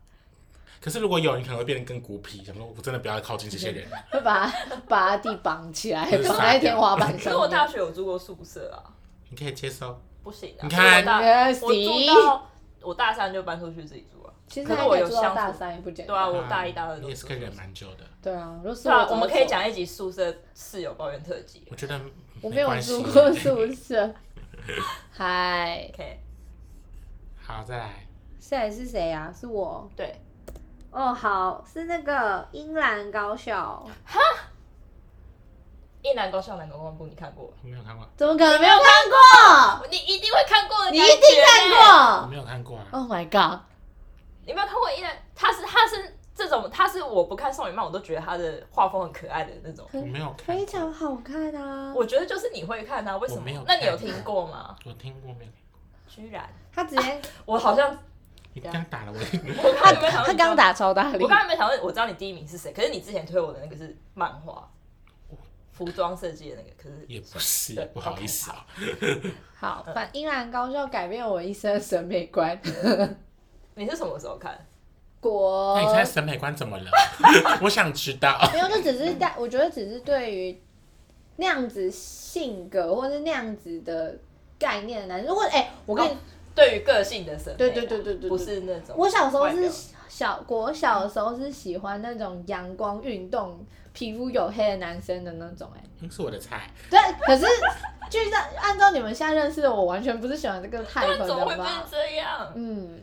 S2: 可是如果有，你可能会变得更孤僻，想说我真的不要靠近这些人。
S3: 嗯
S1: 会把它把它弟绑起来，
S2: 就是
S1: 绑
S2: 撒
S1: 在天
S2: 掉
S1: 花板
S3: 可是我
S1: 上
S3: 大
S1: 面。
S3: 学有住过宿舍啊，
S2: 你可以接受，
S3: 不行啊，
S2: 你看
S3: 所以
S1: 行
S3: 我大我住到我大三就搬出去自己住了，
S1: 其实
S3: 可是
S1: 他
S3: 我
S1: 可以
S3: 有
S1: 做到
S3: 相
S1: 大
S3: 处
S1: 三也不简
S3: 对啊，
S1: 单。
S3: 我大一大二
S2: 你
S3: 都
S2: 也
S3: 住
S2: 是可以
S3: 宿舍
S2: 忍蛮久的。
S1: 对啊，如果是
S3: 对啊，
S1: 我
S3: 我们可
S1: 早
S3: 以
S1: 就走，
S3: 讲一集宿舍室友抱怨特辑
S2: 我觉得
S1: 我没有
S2: 关
S1: 住
S2: 系
S1: 过 宿舍。嗨，
S3: ，OK，
S2: 好，再来。
S1: 再来是谁啊？是我。
S3: 对，
S1: 哦，好，是那个英兰高校，
S3: 一男高校，男高光部，你看过吗？
S2: 我没有看过，
S1: 怎么可能没有 看过？
S3: 你一定会看过的，
S1: 你一定看。
S2: 我
S1: 过。
S2: 没有看过啊。
S3: 哦
S1: Oh my god！
S3: 你有没有看过一男？他是他是这这种他是我不看少女漫，我都觉得他的画风很可爱的那种。
S2: 我没有看
S1: 非常好看啊！
S3: 我觉得就是你会看啊，为什
S2: 我
S3: 么
S2: 没有？
S3: 那
S2: 看
S3: 你有听过吗？
S2: 我听过没有？
S3: 居然，
S1: 他直 接，
S3: 我好像
S2: 你
S3: 对啊
S2: 刚打了我一个，
S3: 我刚刚有没有想到
S1: 他
S3: 你
S1: 刚打超大力，
S3: 我刚才没想到，我知道你第一名是谁，可是你之前推我的那个是漫画，服装设计的那个，可是
S2: 也不是，不好意思啊。
S1: 好，
S3: 呃
S1: 反樱兰高校改变我一生的审美观。
S3: 嗯你是什么时候看？
S1: 国
S3: 哦
S2: 那
S3: 哎
S2: 你现在审美观怎么 了？我想知道。
S1: 没有，就只是在我觉得只是对于那样子性格或是那样子的概念的男生，如果哎、我跟你、
S3: 哦对于个性的审美啊，
S1: 对对对对对对
S3: 不是那种。
S1: 我小时候
S3: 外表
S1: 是小国小的时候是喜欢那种阳光运动、皮肤黝黑的男生的那种哎、
S2: 嗯是我的菜，
S1: 对，可是就是按照你们现在认识的我，完全不是喜欢 这个
S3: 对
S1: type
S3: 啊怎么会
S1: 的
S3: 变
S1: 吧？
S3: 这样？
S1: 嗯，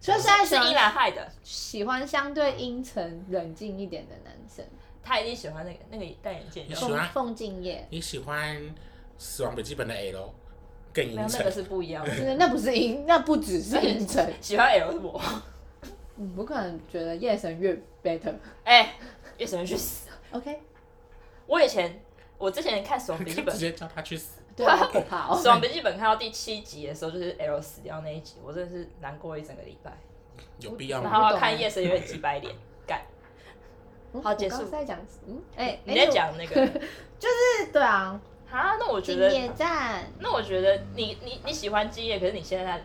S1: 所以现在喜
S3: 是依
S1: 欢
S3: 兰害的，
S1: 喜欢相对阴沉、冷静一点的男生，
S3: 他一定喜欢那个那个戴眼镜的
S2: 你，喜欢
S1: 凤凤敬业。
S2: 你喜欢《死亡笔记本》的 L 更
S3: 没有
S2: 阴
S3: 那个
S2: 沉，
S3: 是不一样的。
S1: 那那不是阴，那不只 是阴沉。
S3: 喜欢 L 是我，
S1: 你不可能觉得夜神越 better。
S3: 哎，叶神去死！
S1: OK，
S3: 我以前我之前看《死亡笔记本
S2: 直》，接叫他去死。
S1: 对啊，好可 怕
S3: 《
S1: 哦。
S3: 死亡笔记本》看到第七集的时候，就是 L 死掉那一集，我真的是难过一整个礼拜。
S2: 有必要
S3: 然
S2: 吗？
S3: 后看夜神有点几百
S1: 哎
S3: 脸，干，
S1: 嗯
S3: 好结束
S1: 我刚刚在讲，嗯，哎、
S3: 你
S1: 哎
S3: 在？讲那个
S1: 我对啊，
S3: 啊？那我觉
S1: 敬
S3: 得，
S1: 业站
S3: 那我觉得你你你喜欢基业，可是你现在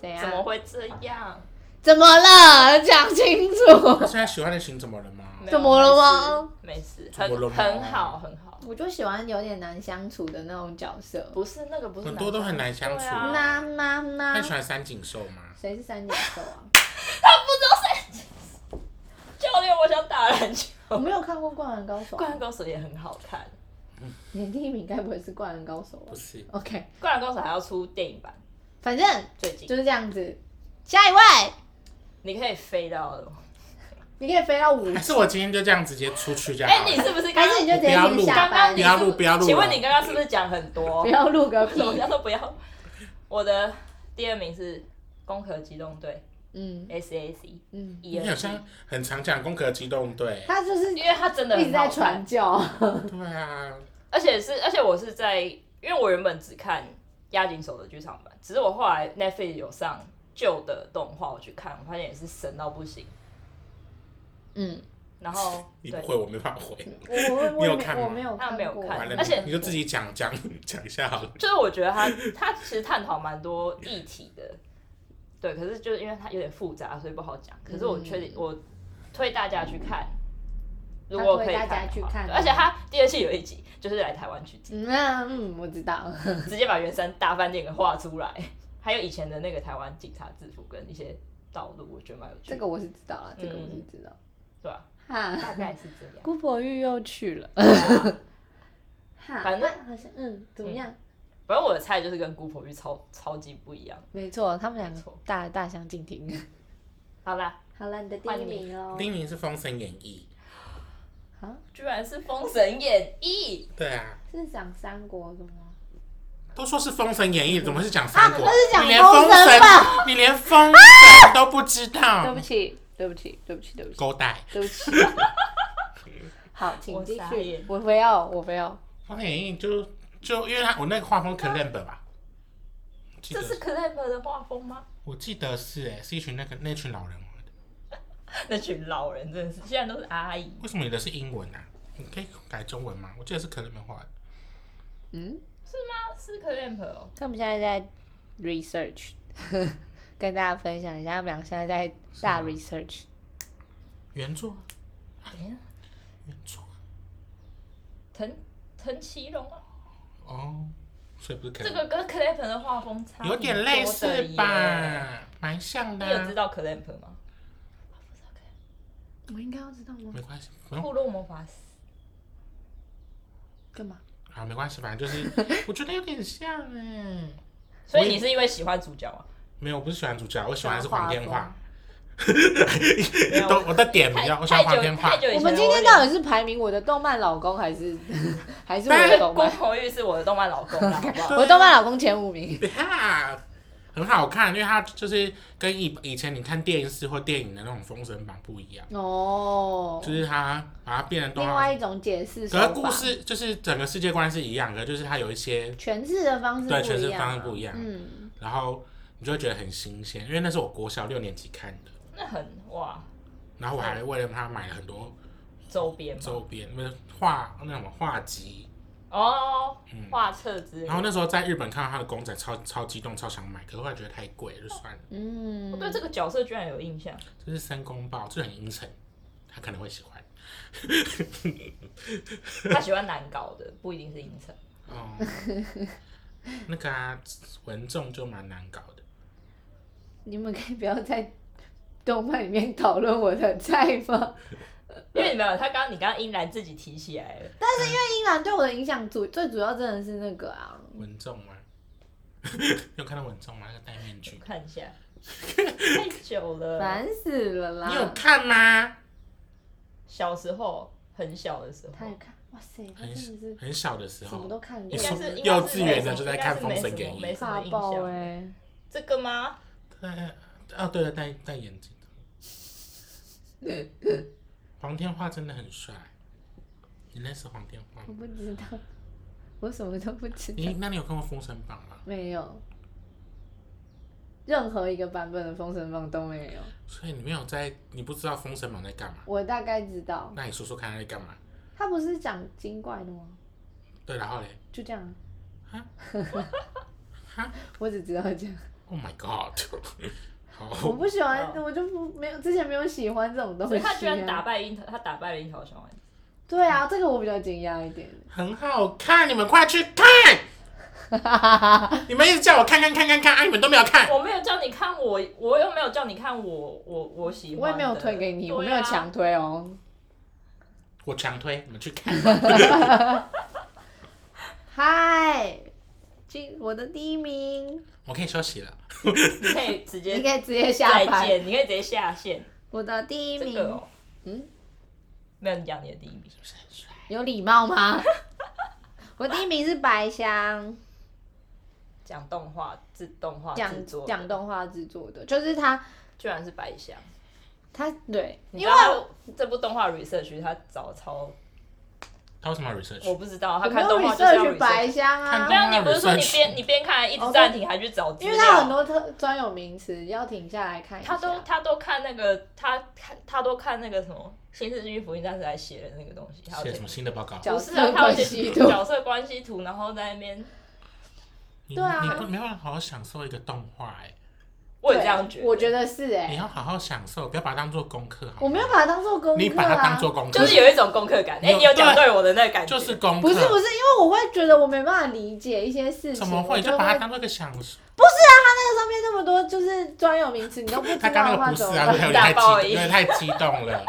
S1: 怎样？
S3: 怎么会这样？
S1: 怎么了？讲清
S2: 他
S1: 楚。
S2: 现在喜欢的型怎么了吗？
S3: 没有
S1: 怎么了吗？
S3: 没事，
S2: 怎么了吗
S3: 很很好很好，
S1: 我就喜欢有点难相处的那种角色，
S3: 不是那个不是
S2: 很多都很
S3: 难
S2: 难相处
S3: 对啊
S1: 妈妈
S2: 那
S1: 妈
S2: 你喜，欢三井寿吗？
S1: 谁是三角兽啊？
S3: 教练，我想打篮球。
S1: 我没有看过《灌篮高手》 啊
S3: 灌篮高手也很好看，
S1: 你的第一名该不会是《灌篮高手》吧
S2: 不是，
S1: ？OK，
S3: 灌篮高手还要出电影版，
S1: 反正
S3: 最近
S1: 就是这样子。下一位，
S3: 你可以飞到。
S1: 你可以飞到五
S2: 还是我今天就这样直接出去这样
S3: 哎
S2: 好，了？
S3: 你是不是刚
S1: 还
S3: 刚
S1: 是你就直接先下
S3: 刚刚
S1: 班
S3: 你
S2: 不？要啊录不要录了啊
S3: 请问你刚刚是不是讲很 多
S1: 不？要录个屁。
S3: 我叫做不要。我的第二名是《攻壳机动队
S1: 嗯》
S3: （S.A.C.）。
S1: 嗯，
S3: 一
S2: 你好像很常讲《攻壳机动队
S1: 他就是
S3: 因为它真的
S1: 一直
S3: 很好
S1: 在
S3: 看
S1: 传，教。》。
S2: 对啊，
S3: 而且是而且我是在，因为我原本只看押井守的剧场版，只是我后来 Netflix 有上旧的动画，我去看，我发现也是神到不行。
S1: 嗯，
S3: 然后
S2: 你
S3: 对
S2: 不，回我没办法回，
S1: 我我
S2: 你有
S1: 我
S2: 看
S1: 没
S2: 吗
S1: 我没有
S3: 他
S1: 看
S3: 没有
S1: 过
S3: 看
S2: 完了
S3: 而且
S2: 你就自己讲讲讲一下好了。
S3: 就是我觉得 它它其实探讨蛮多议题的，对，可是就是因为它有点复杂，所以不好讲。可是我确
S1: 嗯
S3: 定、我推大家去看。如果可以
S1: 他
S3: 看的话，
S1: 推大家去看
S3: 对而且它第二季有一集就是来台湾取景。
S1: 嗯啊嗯，我知道。
S3: 直接把圆山大饭店给画出来， 还有以前的那个台湾警察制服跟一些道路，我觉得蛮有趣
S1: 这
S3: 的，
S1: 个我是知道了，这个我是知道。
S3: 对吧、
S1: 哈，
S3: 大概是这样。
S1: 姑婆玉又去了。
S3: 对啊
S1: 哈，
S3: 反正
S1: 好像嗯，怎么样？
S3: 反正我的菜就是跟姑婆玉超超级不一样。
S1: 没错，他们两
S3: 没
S1: 个
S3: 错
S1: 大大相径庭。
S3: 好啦，
S1: 好了，你的第
S3: 换
S1: 一
S3: 你
S1: 名哦。
S2: 第一名是《封神演义
S1: 啊，
S3: 居然是《封神演义》，》，
S2: 对啊，
S1: 是讲三国的吗？
S2: 都说是《封神演义》，怎么是讲三国？
S1: 啊那是讲
S2: 你连
S1: 封
S2: 封
S1: 神
S2: 神
S1: 吧，
S2: 你连封神都不知
S1: 对
S2: 道
S1: 不，起，对不起，对不起，对不起，
S2: 狗带。
S1: 对不 起。好，请
S3: 我
S1: 继
S3: 傻
S1: 续
S3: 眼。
S1: 我非要，我非要。
S2: 《封神演义》就就因为他我那个画风可认本吧，记
S3: 这
S2: 得
S3: 是 Clamp 的画风吗？
S2: 我记得是哎、是一群那个那群老人画的。
S3: 那群老人真的是，现在都是阿姨。
S2: 为什么你的是英文啊？你可以改中文吗？我记得是可认本画的。
S1: 嗯，
S3: 啊，是 Clamp 哦。
S1: 他们现在在 research，跟大家分享一下，他们俩现在在大 research。
S2: 原作
S3: 等一下，
S2: 原作
S3: 藤藤崎龙啊，
S2: 哦，所以不是可
S3: 这
S2: 认
S3: 个跟 Clamp 的画风差
S2: 有点类似吧，蛮像
S3: 很多
S2: 的
S3: 的耶。你有知
S2: 啊。
S3: 道 Clamp 吗？我不知道 Clamp
S1: 我应该要知道吗？
S2: 没关系，不用
S3: 部落魔法师，
S1: 干嘛？
S2: 啊，没关系，反正就是 我觉得有点像哎、
S3: 嗯所以你是因为喜欢主角啊？
S2: 没有，我不是喜欢主角，我喜欢的是黄天化。
S3: 有
S2: 都我的点比
S3: 太
S2: 较，我喜
S3: 太
S2: 欢
S3: 久
S2: 黄天化
S3: 太。久以前
S1: 我们今天到底是排名我的动漫老公，还 是还是我的
S3: 我
S1: 动
S3: 郭
S1: 漫？
S3: 侯玉是我的动漫老公啦，好不好？
S1: 我动漫老公前五名。
S2: 哈，啊很好看，因为它就是跟以以前你看电视或电影的那种《封神榜》不一样，
S1: 哦，
S2: 就是它把它变成动
S1: 另
S2: 画。
S1: 外一种解释手
S2: 可是
S1: 法，
S2: 故事就是整个世界观是一样的，可是就是它有一些
S1: 诠释的方式
S2: 对
S1: 不
S2: 诠
S1: 一
S2: 释
S1: 样
S2: 方式
S1: 啊
S2: 不一样
S1: 嗯，
S2: 然后你就会觉得很新鲜，因为那是我国小六年级看的，
S3: 那很哇
S2: 然后我还为了它买了很多
S3: 周 边嘛
S2: 周边，不是画那什么画集，
S3: 哦
S2: 嗯，
S3: 画册之类
S2: 然后
S3: 的。
S2: 那时候在日本看到它的公仔超超激动，超想买，可是后来觉得太贵了，就算了。
S1: 嗯，
S3: 我对这个角色居然有印象，
S2: 这是申公豹，这很阴沉，他可能会喜 欢。
S3: 他喜欢难搞的，不一定是阴沉。
S2: 哦，那个啊，文仲就蛮难搞的。
S1: 你们可以不要在动漫里面讨论我的菜 吗？
S3: 因为你没有，他刚刚你刚刚依然自己提起来了，
S1: 英兰对我的影响主最主要真的是那个啊，
S2: 文仲吗？ 有看到文仲吗？那个戴面具
S3: 我，看一下，太久了，
S1: 烦死了
S2: 啊你有
S1: 啦！
S2: 看吗？
S3: 小时候很小的时候，
S1: 他也看，哇塞，他
S2: 很
S1: 真的是
S2: 很小的时
S1: 什么
S2: 候，
S1: 都看
S2: 你
S1: 过
S3: 应，该是
S2: 说
S3: 应该是
S2: 幼稚园的
S3: 没什么
S2: 就在看
S3: 应该
S2: 封神
S3: 是没什
S2: 演
S3: 么
S2: 义
S3: 没什么
S1: 怕
S3: 印
S1: 爆
S3: 象。
S1: 哎、
S3: 这个吗？
S2: 对，哦对了，戴戴眼镜的。黄天化真的很帅，你认识黄天化
S1: 我
S2: 吗？
S1: 不知道，我什么都不知道
S2: 你，那你有看过《封神榜》吗？
S1: 没有。任何一个版本的《封神榜》都没有，
S2: 所以你没有在，你不知道《封神榜》在干嘛？
S1: 我大概知道，
S2: 那你说说看他在干嘛？
S1: 他不是讲精怪的吗？
S2: 对，然后嘞
S1: 就这样啊，
S2: 哈
S1: 我只知道这样，
S2: ，Oh my God！好
S1: 我，不喜欢，
S3: 哦
S1: 我就不没有之前没有喜欢这种东西、
S3: 所
S1: 啊。
S3: 以他居然打败樱桃，他打败了樱桃小丸子。
S1: 对啊，这个我比较惊讶 一点。
S2: 很好看，你们快去看！你们一直叫我看看看看看，啊，你们都没有看。
S3: 我没有叫你看我，我又没有叫你看我，我我喜欢。啊
S1: 我也没有推给你，我没有强。推哦。
S2: 我强推你们去看。
S1: 嗨，进我的第一名，
S2: 我可以休息了。
S3: 你可以直
S1: 你
S3: 接
S1: 可以直接下
S3: 再
S1: 牌。
S3: 见，你可以直接下线。
S1: 我的第一
S3: 这
S1: 名，
S3: 个哦，
S1: 嗯，
S3: 没有你讲你的第一名，
S2: 是不是很帅？
S1: 有礼貌 吗？我第一名是白香，
S3: 讲动画自动画
S1: 讲
S3: 制作的，
S1: 讲动画制作的，就是他，
S3: 居然是白箱。
S1: 他对，
S3: 你
S1: 因
S3: 知
S1: 为
S3: 道他这部动画 research 他找超，
S2: 他为什么
S3: 我
S2: research？
S3: 不知道
S1: 我
S3: 他
S1: 没
S3: 看
S1: 有
S3: 动画就是要
S1: research 白
S3: research。
S1: 香啊，哦
S2: 看动
S3: 没
S2: 画
S3: 有，你不是说你
S2: research
S3: 边你边看一直暂停，还去找资
S1: 因
S3: 料？
S1: 为他很多特专有名词要停下来看一下。
S3: 他都他都看那个他看他都看那个什么《新世纪福音战士》来写的那个东西，还有
S2: 写什么新的报告？
S1: 角
S3: 不
S1: 色
S3: 是啊，他有
S1: 关
S3: 些
S1: 系度
S3: 角色关系图，然后在那边，
S2: 你
S1: 对啊
S2: 你不没办法好好享受一个动画哎、
S3: 我也这样觉
S1: 对
S3: 得，
S1: 我觉得是哎、
S2: 你要好好享受，不要把它当做功课好吗。
S1: 我没有把它当做功课、啊，
S2: 你把它当做功课，
S3: 就是有一种功课感。哎，
S2: 有
S3: 你有讲对我的那个感觉，
S2: 就是功
S1: 不
S2: 课。
S1: 是不是，因为我会觉得我没办法理解一些事情，
S2: 怎么会
S1: 我
S2: 你
S1: 就
S2: 就把它
S1: 会
S2: 当做一个享受？
S1: 那上面那么多就是专有名词，你都不知
S2: 他
S1: 道
S2: 刚
S1: 的
S2: 刚那
S1: 话
S2: 个不是
S1: 怎么
S2: 啊，
S1: 办？
S2: 有点
S3: 大
S2: 太激，
S3: 爆
S2: 有点
S3: 音
S2: 太激动了。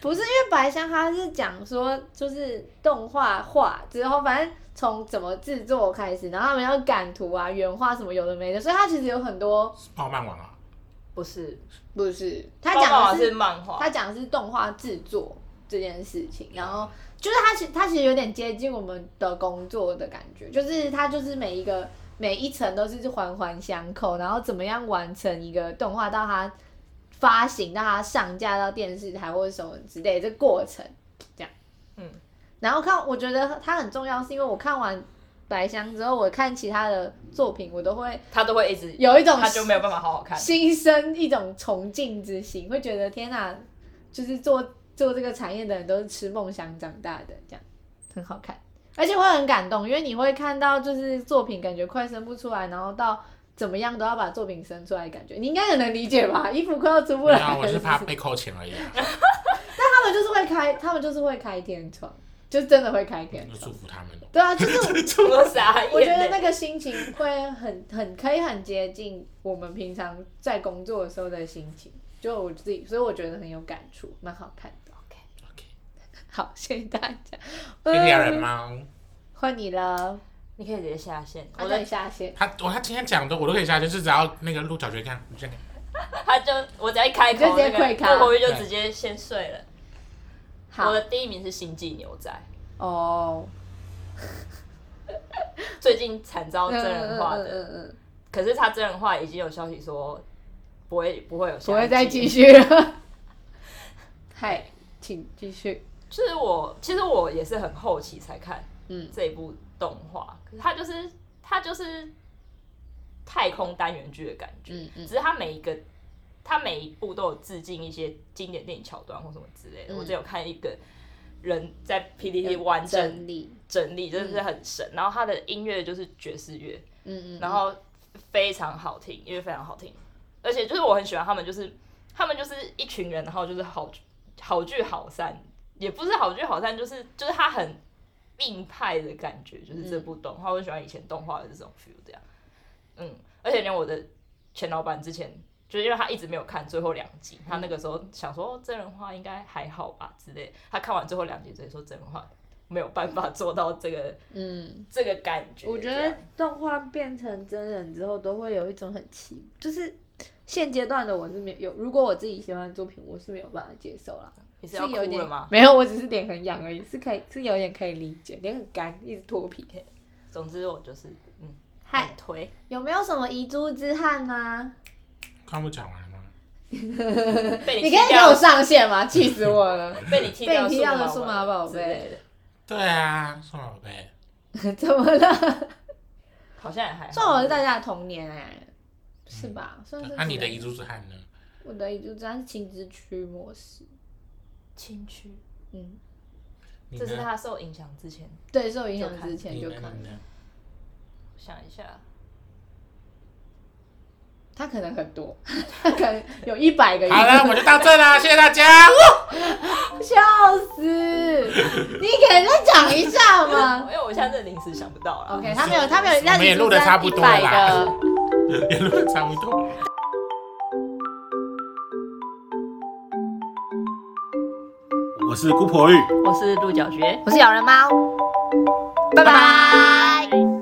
S1: 不是因为白香他是讲说就是动画画之后，反正从怎么制作开始，然后他们要赶图啊、原画什么有的没的，所以他其实有很多
S2: 傲慢王啊，
S3: 不是
S1: 不是他
S3: 他
S1: 讲
S3: 讲
S1: 的
S3: 是
S1: 是
S3: 漫画，
S1: 他讲的是动画制作这件事情，然后就是他其他其实有点接近我们的工作的感觉，就是他就是每一个每一层都是环环相扣，然后怎么样完成一个动画到它发行到它上架到电视台或者什么之类的这过程，这样，
S3: 嗯，
S1: 然后看我觉得它很重要，是因为我看完。白香之后，我看其他的作品，我都会
S3: 他都会一直，
S1: 有一种
S3: 他就没有办法好好看。
S1: 心生一种崇敬之心，会觉得天哪，就是做做这个产业的人都是吃梦想长大的，这样 很好看，而且会很感动，因为你会看到就是作品感觉快生不出来，然后到怎么样都要把作品生出来，感觉你应该也能理解吧？衣服快要出不啊
S2: 没
S1: 来
S2: 有，啊我
S1: 了，
S2: 是
S1: 不
S2: 怕被扣钱而已啊。
S1: 他们就是会开，他们就是会开天窗，就真的会开天
S2: 就
S1: 窗
S2: 祝。福他们。
S1: 对啊，就是
S3: 我傻 眼，
S1: 我觉得那个心情会很很可以很接近我们平常在工作的时候的心情，就我自己，所以我觉得很有感触，蛮好看的。
S2: OK，
S1: 好，谢谢大家。
S2: 天聊人
S1: 嗯
S2: 猫，
S1: 换你了，
S3: 你可以直接下线。
S1: 我
S3: 我
S1: 等一
S3: 的
S1: 下先。
S2: 他我他今天讲的我都可以下去，就是只要那个鹿角蕨看，你先看。
S3: 他就我只要一开
S1: 你
S3: 口，
S1: 就直接
S3: 那
S1: 跪
S3: 个
S1: 咖
S3: 郭国玉就直接先睡了。
S1: 好
S3: 我的第一名是《星际牛仔
S1: 哦，
S3: 哦最近惨遭真人化
S1: 嗯嗯
S3: 的
S1: 嗯嗯嗯
S3: 可是他真人化已经有消息说不会不会有下一季
S1: 不会再继。续了。嗨，请继续。
S3: 就是我其实我也是很后期才看
S1: 嗯
S3: 这一部动画，可是它就是它就是太空单元剧的感觉，
S1: 嗯嗯
S3: 只是它每一个它每一部都有致敬一些经典电影桥段或什么之类的。
S1: 嗯
S3: 我之前有看一个人在 PPT 完整
S1: 理。
S3: 整理，真的
S1: 嗯
S3: 是很神。然后他的音乐就是爵士乐，
S1: 嗯嗯。
S3: 然后非常好听，因为非常好听，而且就是我很喜欢他们，就是他们就是一群人，然后就是好好聚好散，也不是好聚好散，就是就是他很硬派的感觉，就是
S1: 嗯
S3: 这部动画，我很喜欢以前动画的这种 feel 这样，嗯，而且连我的前老板之前。就是因为他一直没有看最后两集，他那个时候想说、哦真人化应该还好吧之类的。他看完最后两集，所以说真人化没有办法做到这个
S1: 嗯，
S3: 这个感觉。
S1: 我觉
S3: 这样
S1: 得动画变成真人之后，都会有一种很奇，就是现阶段的我是没有，如果我自己喜欢的作品，我是没有办法接受啦。
S3: 你是
S1: 是
S3: 要
S1: 有
S3: 哭
S1: 点
S3: 了吗？
S1: 没有，我只是脸很痒而已，是可以是有点可以理解，脸很干，一直脱皮。
S3: 总之我就是嗯，
S1: 嗨，
S3: 推
S1: 有没有什么遗珠之憾呢？
S2: 看不讲完了吗？
S3: 被
S1: 你可以
S3: 你踢
S1: 给我
S3: 掉，
S1: 上线 吗？气死我了！
S3: 被你踢掉，
S1: 被你踢掉的数码宝
S3: 之
S1: 贝
S3: 类的，
S2: 对啊，宋宝贝，
S1: 怎么了？
S3: 好像也还好。
S1: 算我是大家的童年哎、是吧？算嗯是。
S2: 那啊你的遗珠之憾呢？
S1: 我的遗珠之憾是青之驱魔师。
S3: 亲区，
S1: 嗯，
S2: 你
S3: 这
S2: 呢
S3: 是他受影响之前，
S1: 对，受影响之前
S2: 你
S1: 就
S2: 呢
S1: 看
S2: 你
S1: 了，
S2: 呢？
S3: 想一下，
S1: 他可能很多， 他可能有一百个遗珠
S2: 好了，我就到这啦，谢谢大家。
S1: 笑死！你给再讲一下
S3: 因
S1: 嘛。
S3: 为我现在真的临时想不到了。
S1: 啊 OK，他没有，他没有，
S2: 我们也录得差不多
S1: 了
S2: 了啦 也录的差不多。我是姑婆玉。
S3: 我是鹿角蕨。
S1: 我是咬人猫，拜拜。